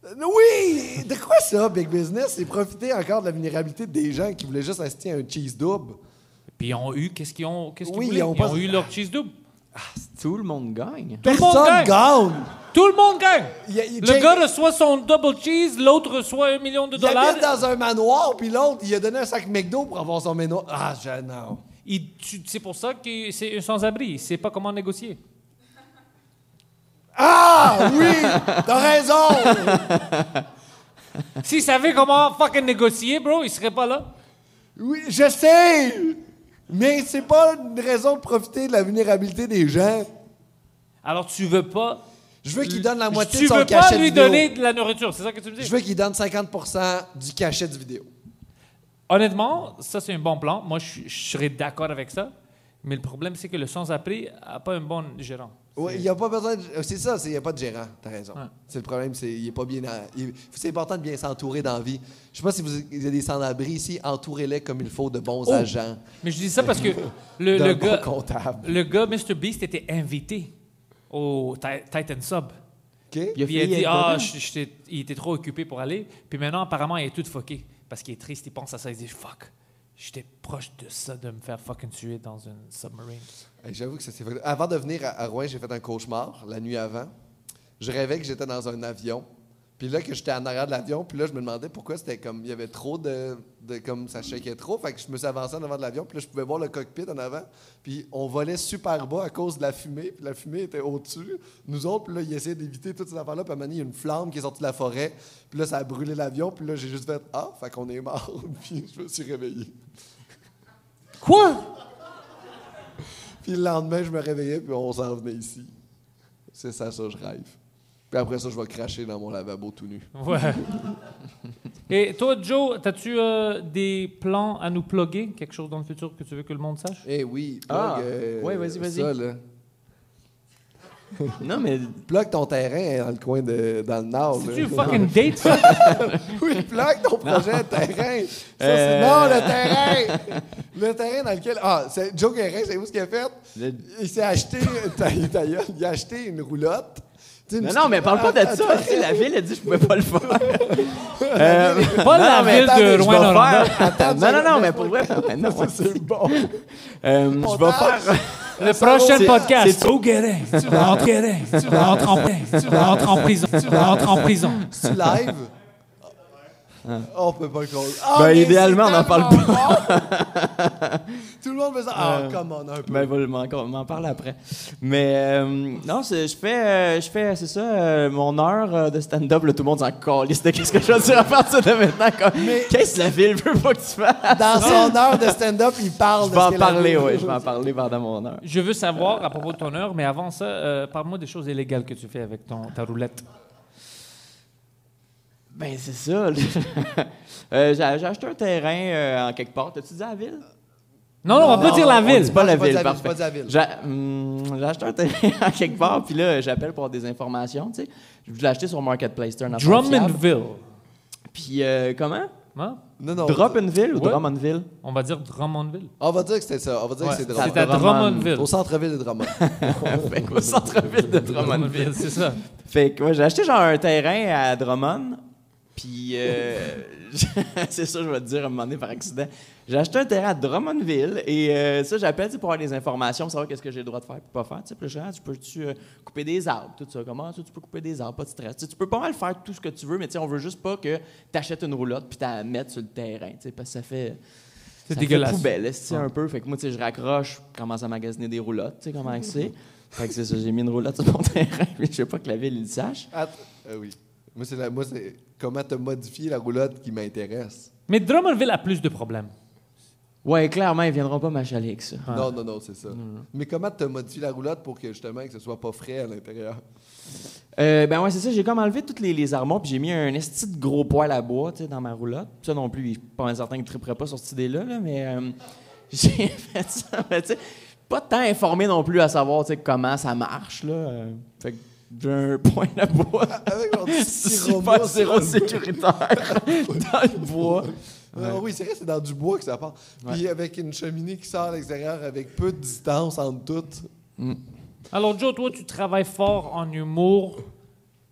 Speaker 4: Euh, Oui! De quoi ça, Big Business? C'est profiter encore de la vulnérabilité des gens qui voulaient juste assister à un cheese double.
Speaker 2: Puis ils ont eu. Qu'est-ce qu'ils ont, qu'est-ce qu'ils
Speaker 4: Oui,
Speaker 2: voulaient?
Speaker 4: ils ont
Speaker 2: ils
Speaker 4: pas-
Speaker 2: ont eu leur cheese double.
Speaker 5: Tout le monde gagne.
Speaker 2: Tout le monde
Speaker 4: Personne
Speaker 2: gagne.
Speaker 4: gagne!
Speaker 2: Tout le monde gagne.
Speaker 4: Il y a- il-
Speaker 2: le
Speaker 4: Jake-
Speaker 2: gars reçoit son double cheese, l'autre reçoit un million de
Speaker 4: Il
Speaker 2: dollars.
Speaker 4: habite dans un manoir, puis l'autre, il a donné un sac McDo pour avoir son manoir. Ah, je, non.
Speaker 2: Il- tu- c'est pour ça que c'est un sans-abri. Il sait pas comment négocier.
Speaker 4: Ah, oui! T'as raison!
Speaker 2: S'il savait comment fucking négocier, bro, il serait pas là.
Speaker 4: Oui, je sais! Mais c'est pas une raison de profiter de la vulnérabilité des gens.
Speaker 2: Alors tu veux pas.
Speaker 4: Je veux qu'il donne la moitié
Speaker 2: tu
Speaker 4: de son
Speaker 2: veux
Speaker 4: cachet
Speaker 2: pas lui
Speaker 4: vidéo.
Speaker 2: donner de la nourriture, c'est ça que tu me dis?
Speaker 4: Je veux qu'il donne 50 du cachet du vidéo.
Speaker 2: Honnêtement, ça c'est un bon plan. Moi, je, suis- je serais d'accord avec ça. Mais le problème, c'est que le sans-abri a pas un bon gérant.
Speaker 4: Ouais, il n'y a pas besoin de... euh, C'est ça, c'est- il n'y a pas de gérant, t'as raison.
Speaker 2: Ouais.
Speaker 4: C'est le problème, c'est il est pas bien... en- il- C'est important de bien s'entourer dans la vie. Je sais pas si vous avez des sans-abri ici, entourez-les comme il faut de bons
Speaker 2: Oh!
Speaker 4: agents.
Speaker 2: Mais je dis ça parce que le,
Speaker 4: D'un
Speaker 2: le
Speaker 4: bon
Speaker 2: gars,
Speaker 4: comptable.
Speaker 2: le gars Mr. Beast était invité au Ti- Titan Sub.
Speaker 4: OK?
Speaker 5: Il a
Speaker 2: Puis il a
Speaker 5: failli
Speaker 2: dit,
Speaker 5: être
Speaker 2: ah,
Speaker 5: dedans.
Speaker 2: je- j'étais- il était trop occupé pour aller. Puis maintenant, apparemment, il est tout fucké. Parce qu'il est triste, il pense à ça. Il dit, fuck, j'étais proche de ça, de me faire fucking tuer dans une submarine.
Speaker 4: Hey, J'avoue que ça s'est fait- Avant de venir à, à Rouen, j'ai fait un cauchemar la nuit avant. Je rêvais que j'étais dans un avion. Puis là, que j'étais en arrière de l'avion, puis là, je me demandais pourquoi c'était comme. Il y avait trop de. de- comme ça shakeait trop. Fait que je me suis avancé en avant de l'avion, puis là, je pouvais voir le cockpit en avant. Puis on volait super bas à cause de la fumée, puis la fumée était au-dessus. Nous autres, puis là, ils essayaient d'éviter toutes ces affaires-là. Puis à un moment donné, il y a une flamme qui est sortie de la forêt, puis là, ça a brûlé l'avion, puis là, j'ai juste fait Ah, fait qu'on est mort, puis je me suis réveillé.
Speaker 2: Quoi?
Speaker 4: Puis le lendemain, je me réveillais, puis on s'en venait ici. C'est ça, ça, je rêve. Puis après ça, je vais cracher dans mon lavabo tout nu.
Speaker 2: Ouais. Et toi, Joe, as-tu des plans à nous plugger? Quelque chose dans le futur que tu veux que le monde sache?
Speaker 4: Eh oui, plug,
Speaker 5: Ah,
Speaker 4: euh,
Speaker 5: ouais, vas-y, vas-y.
Speaker 4: ça, là.
Speaker 5: Non, mais
Speaker 4: Plug ton terrain dans le coin de... dans le nord.
Speaker 5: Oh,
Speaker 2: C'est-tu
Speaker 4: là.
Speaker 5: ben,
Speaker 2: une fucking date, ça?
Speaker 4: Oui, plug ton projet de terrain. Ça, c'est-
Speaker 5: Euh.
Speaker 4: Non, le terrain! le terrain dans lequel... Ah, c'est Joe Guérin, savez-vous ce qu'il a fait?
Speaker 5: Le-
Speaker 4: Il s'est acheté... ta- ta gueule, il a acheté une roulotte. Tu sais, une
Speaker 5: Non,
Speaker 4: petite-
Speaker 5: non, mais parle pas
Speaker 4: Ah,
Speaker 5: de ça. tu sais, la ville a dit que je pouvais pas le faire. Euh,
Speaker 2: Pas
Speaker 5: non,
Speaker 2: la
Speaker 5: mais
Speaker 2: ville
Speaker 4: attendez, je
Speaker 2: de
Speaker 4: vais
Speaker 2: Rouen-Noranda.
Speaker 4: Attends,
Speaker 5: non, non, non, mais pour vrai, non,
Speaker 4: C'est bon.
Speaker 5: Euh, je vais
Speaker 4: Montage.
Speaker 5: faire.
Speaker 2: Le prochain
Speaker 5: C'est-
Speaker 2: podcast.
Speaker 5: c'est-
Speaker 2: Au Guérin. Tu rentres Guérin. Tu rentres en prison. Tu rentres en prison. Tu rentres en prison.
Speaker 4: tu live? On peut pas le call. Ah,
Speaker 5: Ben,
Speaker 4: mais
Speaker 5: idéalement,
Speaker 4: c'est
Speaker 5: on en parle
Speaker 4: tellement bon! Tout le monde veut ça. Ah, come on, un peu.
Speaker 5: Ben, voilà, m'en- on m'en parle après. Mais euh, non, c'est- je fais, euh, je fais, c'est ça, euh, mon heure euh, de stand-up, là, tout le monde s'en calisse de qu'est-ce que je vais dire à partir de maintenant. quoi. Qu'est-ce que la ville veut pas que tu fasses?
Speaker 4: Dans
Speaker 2: Ah!
Speaker 4: son heure de stand-up, il parle
Speaker 5: Je
Speaker 4: de
Speaker 5: vais
Speaker 4: ce
Speaker 5: en
Speaker 4: qu'il a
Speaker 5: parler,
Speaker 4: vu.
Speaker 5: oui, je vais en parler pendant mon heure.
Speaker 2: Je veux savoir, à propos de ton heure, mais avant ça, euh, parle-moi des choses illégales que tu fais avec ton, ta roulette.
Speaker 5: Ben, c'est ça. là. Euh, j'ai, j'ai acheté un terrain euh, en quelque part. T'as-tu dit à la ville?
Speaker 2: Non, non, on va pas
Speaker 5: Non,
Speaker 2: dire la
Speaker 5: on dit
Speaker 2: ville.
Speaker 5: pas la
Speaker 4: Pas de
Speaker 5: ville,
Speaker 4: la ville,
Speaker 5: parfait.
Speaker 4: pas de la ville.
Speaker 5: J'a- hum, J'ai acheté un terrain à quelque part, puis là, j'appelle pour des informations, tu sais. Je l'ai acheté sur Marketplace, c'est un affaire fiable.
Speaker 2: Drummondville.
Speaker 5: Puis euh, comment?
Speaker 2: Hein?
Speaker 4: Non, non. on va dire-
Speaker 5: Drummondville ou
Speaker 2: Ouais.
Speaker 5: Drummondville?
Speaker 2: On va dire Drummondville.
Speaker 4: On va dire que c'est ça. On va dire
Speaker 5: Ouais,
Speaker 4: que c'est
Speaker 5: c'est
Speaker 4: Drummond.
Speaker 2: C'est à
Speaker 5: Drummond.
Speaker 2: Drummondville.
Speaker 4: Au centre-ville de Drummond.
Speaker 5: Fait qu'au Ben, centre-ville de Drummondville.
Speaker 2: Drummondville, c'est ça.
Speaker 5: Fait que moi, j'ai acheté genre un terrain à Drummond. Puis, euh, c'est ça, je vais te dire à un moment donné par accident. J'ai acheté un terrain à Drummondville et euh, ça, j'appelle tu sais, pour avoir des informations, pour savoir qu'est-ce que j'ai le droit de faire et pas faire. Tu sais, puis là, je dis, Ah, tu peux-tu euh, couper des arbres, tout ça. Comment ça, tu peux couper des arbres, pas de stress. Tu, sais, tu peux pas mal faire tout ce que tu veux, mais tu sais, on veut juste pas que tu achètes une roulotte puis tu la mettes sur le terrain, tu sais, parce que ça fait.
Speaker 2: C'est
Speaker 5: Ça
Speaker 2: dégueulasse.
Speaker 5: Fait poubelle, esti, un peu. Fait que moi, tu sais, je raccroche, je commence à magasiner des roulottes, tu sais, comment que c'est. Fait que c'est ça, j'ai mis une roulotte sur mon terrain, puis je sais pas que la ville, il le sache.
Speaker 4: Att- euh, oui. Moi, c'est la- moi, c'est comment te modifier la roulotte qui m'intéresse.
Speaker 2: Mais Drummondville a plus de problèmes.
Speaker 5: Ouais, clairement, ils viendront pas m'achaler avec
Speaker 2: Ah.
Speaker 5: ça.
Speaker 4: Non, non, non, c'est ça.
Speaker 5: Mm.
Speaker 4: Mais comment te modifier la roulotte pour que justement que ce soit pas frais à l'intérieur?
Speaker 5: Euh, ben ouais, c'est ça, j'ai comme enlevé toutes les, les armoires, puis j'ai mis un esti de gros poêle à bois, tu sais, dans ma roulotte. Ça non plus, je suis pas mal certain qu'ils tripperaient pas sur cette idée-là, là, mais euh, j'ai fait ça, mais tu sais, pas tant informé non plus à savoir, tu sais, comment ça marche, là. euh, fait que j'ai un poêle à bois.
Speaker 4: Avec mon petit
Speaker 5: Super
Speaker 4: robot sur
Speaker 5: zéro
Speaker 4: le-
Speaker 5: sécuritaire dans le bois.
Speaker 4: Ah oui, c'est vrai, c'est dans du bois que ça part. Puis avec une cheminée qui sort à l'extérieur avec peu de distance entre toutes.
Speaker 2: Alors, Joe, toi, tu travailles fort en humour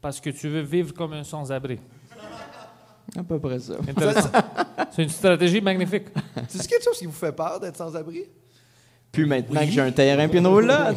Speaker 2: parce que tu veux vivre comme un sans-abri.
Speaker 5: À peu près ça.
Speaker 2: Intéressant. C'est une stratégie magnifique.
Speaker 4: C'est quelque chose qui vous fait peur d'être sans abri?
Speaker 5: Puis maintenant que j'ai un terrain puis une roulotte.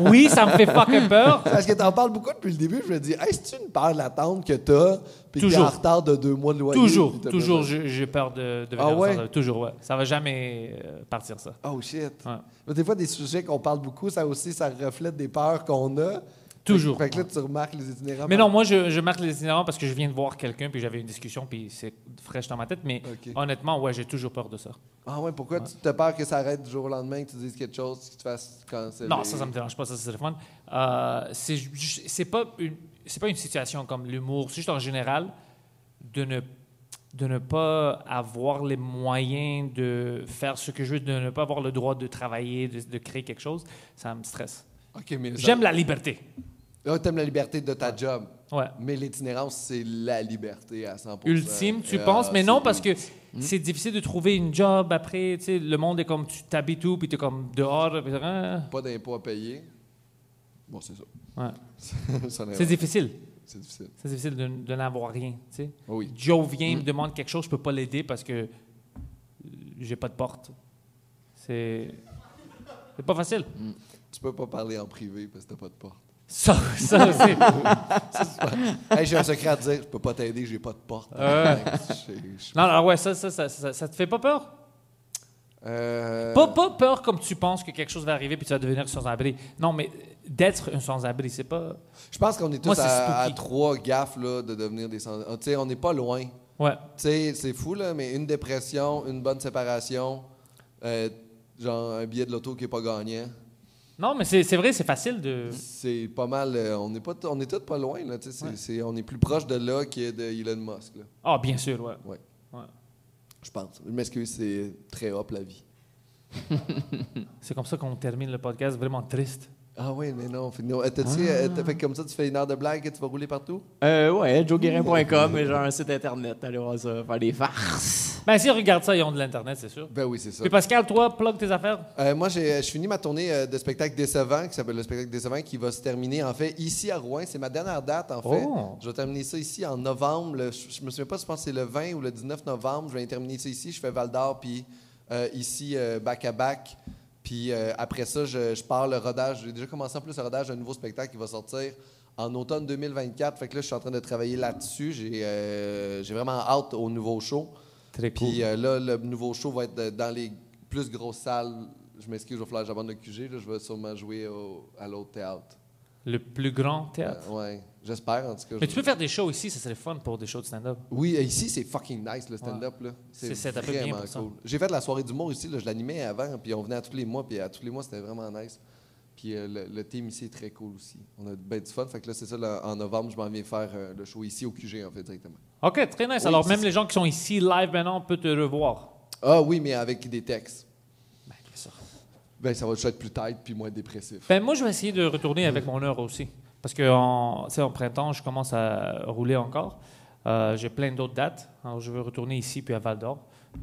Speaker 2: Oui, ça me fait fucking peur.
Speaker 4: Parce que t'en parles beaucoup depuis le début. Je me dis, hey, c'est-tu une peur latente que t'as? Puis que t'es
Speaker 2: Toujours.
Speaker 4: en retard de deux mois de loyer.
Speaker 2: Toujours,
Speaker 4: puis t'as
Speaker 2: toujours,
Speaker 4: besoin-
Speaker 2: j'ai j'ai peur de, de
Speaker 4: Ah
Speaker 2: venir
Speaker 4: ouais?
Speaker 2: sans-abri. Toujours, ouais. Ça va jamais euh, partir, ça.
Speaker 4: Oh shit.
Speaker 2: Ouais.
Speaker 4: Mais Des fois, des sujets qu'on parle beaucoup, ça aussi, ça reflète des peurs qu'on a.
Speaker 2: Toujours.
Speaker 4: Fait que là, tu remarques les itinérants.
Speaker 2: Mais non, moi, je, je marque les itinérants parce que je viens de voir quelqu'un, puis j'avais une discussion, puis c'est fraîche dans ma tête. Mais
Speaker 4: Ok.
Speaker 2: honnêtement, ouais, j'ai toujours peur de ça.
Speaker 4: Ah ouais, pourquoi tu te peur que ça arrête du jour au lendemain, que tu dises quelque chose, que tu te fasses canceller?
Speaker 2: Non, ça, ça me dérange pas, ça, c'est le fun. Euh, c'est ju- ju- c'est pas, une- c'est pas une situation comme l'humour, c'est juste en général de ne, de ne pas avoir les moyens de faire ce que je veux, de ne pas avoir le droit de travailler, de, de créer quelque chose, ça me stresse.
Speaker 4: Ok, mais ça-
Speaker 2: J'aime la liberté.
Speaker 4: Là, t'aimes la liberté de ta job.
Speaker 2: Ouais.
Speaker 4: Mais l'itinérance, c'est la liberté à 100
Speaker 2: Ultime, tu
Speaker 4: Ah,
Speaker 2: penses, mais
Speaker 4: c'est Hmm?
Speaker 2: non, parce que c'est difficile de trouver une job après. tu sais, le monde est comme, tu t'habilles tout, puis tu es comme dehors. puis, hein.
Speaker 4: Pas d'impôts à payer. Bon, c'est ça.
Speaker 2: Ouais.
Speaker 4: Ça n'a-
Speaker 2: C'est difficile.
Speaker 4: c'est difficile.
Speaker 2: C'est difficile de, de n'avoir rien. tu sais.
Speaker 4: Ah oui.
Speaker 2: Joe vient, il me demande quelque chose, je peux pas l'aider parce que euh, j'ai pas de porte. C'est. C'est pas facile.
Speaker 4: Mm. Tu peux pas parler en privé parce que t'as pas de porte.
Speaker 2: Ça, ça c'est.
Speaker 4: hey, j'ai un secret à te dire, je peux pas t'aider, j'ai pas de porte.
Speaker 2: Euh.
Speaker 4: J'ai- j'ai-
Speaker 2: Non, non, ouais, ça, ça, ça, ça, ça te fait pas peur?
Speaker 4: Euh,
Speaker 2: Pas, pas peur comme tu penses que quelque chose va arriver puis tu vas devenir sans-abri. Non, mais d'être un sans-abri, c'est pas.
Speaker 4: Je pense qu'on est tous
Speaker 2: Moi, c'est
Speaker 4: à, à
Speaker 2: spooky.
Speaker 4: trois gaffes là, de devenir des sans... ah, Tu sais, on n'est pas loin.
Speaker 2: Ouais.
Speaker 4: Tu sais, c'est fou, là, mais une dépression, une bonne séparation, euh, genre un billet de l'auto qui n'est pas gagnant,
Speaker 2: Non, mais c'est c'est vrai, c'est facile de.
Speaker 4: Mm. c'est pas mal. euh, on, est pas t- on est tous pas loin, là. tu sais, c'est- c'est- on est plus proche de là que de Elon Musk, là,
Speaker 2: Ah, bien sûr, ouais.
Speaker 4: Ouais.
Speaker 2: Ouais.
Speaker 4: je pense. Je m'excuse, c'est très hop la vie.
Speaker 2: C'est comme ça qu'on termine le podcast vraiment triste.
Speaker 4: Ah oui, mais non. Fait, non, euh, t'as- tu sais, euh, t'as fait comme ça, tu fais une heure de blague et tu vas rouler partout?
Speaker 5: Euh, ouais, joeguerin.com, et genre un site internet. Allez voir ça, faire des farces.
Speaker 2: Ben, si regarde ça, ils ont de l'Internet, c'est sûr.
Speaker 4: Ben oui, c'est ça.
Speaker 2: Puis Pascal, toi, plug tes affaires.
Speaker 4: Euh, moi, j'ai- je finis ma tournée euh, de spectacle décevant, qui s'appelle le spectacle décevant, qui va se terminer, en fait, ici à Rouen. C'est ma dernière date, en fait.
Speaker 2: Oh.
Speaker 4: Je vais terminer ça ici en novembre. Le- je je me souviens pas si je pense que c'est le 20 ou le 19 novembre. Je vais terminer ça ici. Je fais Val-d'Or, puis euh, ici, euh, back-à-back. Puis euh, après ça, je, je pars le rodage. J'ai déjà commencé en plus le rodage d'un nouveau spectacle qui va sortir en automne 2024. Fait que là, je suis en train de travailler là-dessus. J'ai euh, j'ai vraiment hâte au nouveau show.
Speaker 2: Très
Speaker 4: Puis euh, là, le nouveau show va être euh, dans les plus grosses salles. Je m'excuse, je vais falloir que j'abandonne le QG. là. je vais sûrement jouer au- à l'autre théâtre.
Speaker 2: Le plus grand théâtre.
Speaker 4: Euh, ouais, j'espère en tout cas.
Speaker 2: Mais
Speaker 4: Je-
Speaker 2: tu peux faire des shows ici, ça serait fun pour des shows de stand-up.
Speaker 4: Oui, euh, ici, c'est fucking nice le stand-up. là.
Speaker 2: C'est
Speaker 4: C'est
Speaker 2: setupé bien
Speaker 4: vraiment
Speaker 2: pour ça.
Speaker 4: cool. J'ai fait la soirée d'humour ici, là, je l'animais avant, puis on venait à tous les mois, puis à tous les mois, c'était vraiment nice. Puis Puis euh, le, le team ici est très cool aussi. On a ben du fun. Fait que là, c'est ça, là, en novembre, je m'en viens faire euh, le show ici au QG, en fait, directement.
Speaker 2: OK, très nice. Alors, même les gens qui sont ici live maintenant, on peut te revoir.
Speaker 4: Ah oui, mais avec des textes.
Speaker 2: Ben, c'est ça.
Speaker 4: Ben, ça va juste être plus tight puis moins dépressif.
Speaker 2: Ben, moi, je vais essayer de retourner
Speaker 4: Mm.
Speaker 2: avec mon heure aussi. Parce que en, tu sais, en printemps, je commence à rouler encore. Euh, J'ai plein d'autres dates. Alors, je veux retourner ici, puis à Val d'Or,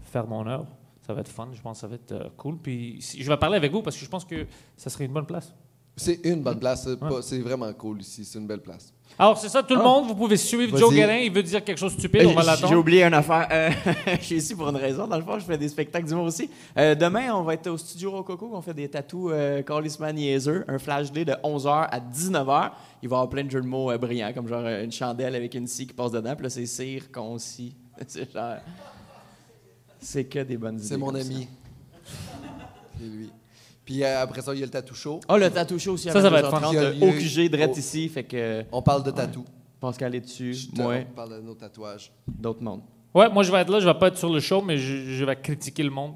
Speaker 2: faire mon heure. Ça va être fun. Je pense que ça va être euh, cool. Puis si- je vais parler avec vous parce que je pense que ça serait une bonne place.
Speaker 4: C'est une bonne place. c'est pas- C'est vraiment cool ici. C'est une belle place.
Speaker 2: Alors, c'est ça, tout le monde. Vous pouvez suivre
Speaker 4: Ah. Vas-y.
Speaker 2: Joe Guélin. Il veut dire quelque chose de stupide. On va
Speaker 5: J'ai
Speaker 2: l'attendre.
Speaker 5: oublié une affaire. Euh, je suis ici pour une raison. Dans le fond, je fais des spectacles d'humour aussi. Euh, demain, on va être au studio Rococo. On fait des tatous euh, Carlisman niaiseux. Un flash day de 11h à 19h. Il va y avoir plein de jeux de mots euh, brillants, comme genre euh, une chandelle avec une scie qui passe dedans. Puis là, c'est cire, concis. c'est genre. C'est que des bonnes idées.
Speaker 4: C'est mon
Speaker 5: comme ça.
Speaker 4: ami. C'est lui. Puis euh, après ça, il y a le tatou show.
Speaker 5: Ah, le tatou show aussi.
Speaker 2: Ça, ça va être
Speaker 5: au
Speaker 4: fun.
Speaker 5: OQG, direct
Speaker 4: Oh.
Speaker 5: euh, ici. Fait que euh,
Speaker 4: On parle de tatou.
Speaker 5: Pascal est dessus.
Speaker 4: Je te-
Speaker 5: Moi,
Speaker 4: On parle de nos tatouages.
Speaker 5: d'autres mondes.
Speaker 2: Ouais, moi, je vais être là. Je vais pas être sur le show, mais je, je vais critiquer le monde.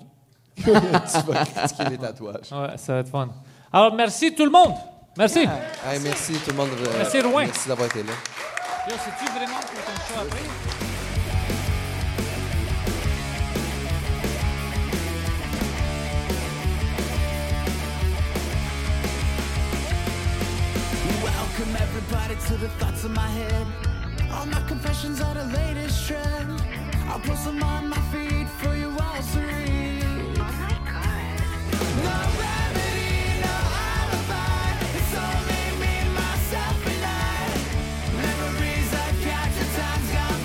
Speaker 4: tu vas critiquer les tatouages.
Speaker 2: Ouais, ça va être fun. Alors, merci tout le monde. Merci.
Speaker 4: Hey, merci tout le monde. euh,
Speaker 2: Merci, Rouyn.
Speaker 4: Merci d'avoir été là.
Speaker 2: Yo, c'est-tu vraiment pour ton show après?
Speaker 1: Welcome everybody to the thoughts in my head. All my confessions are the latest trend. I'll post them on my feed for you all to read. Oh my god. No remedy, no alibi. It's only me, myself, and I. Memories I capture, time's gone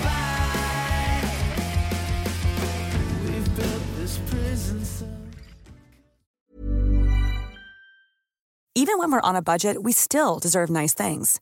Speaker 1: by. We've built this prison cell.
Speaker 6: Even when we're on a budget, we still deserve nice things.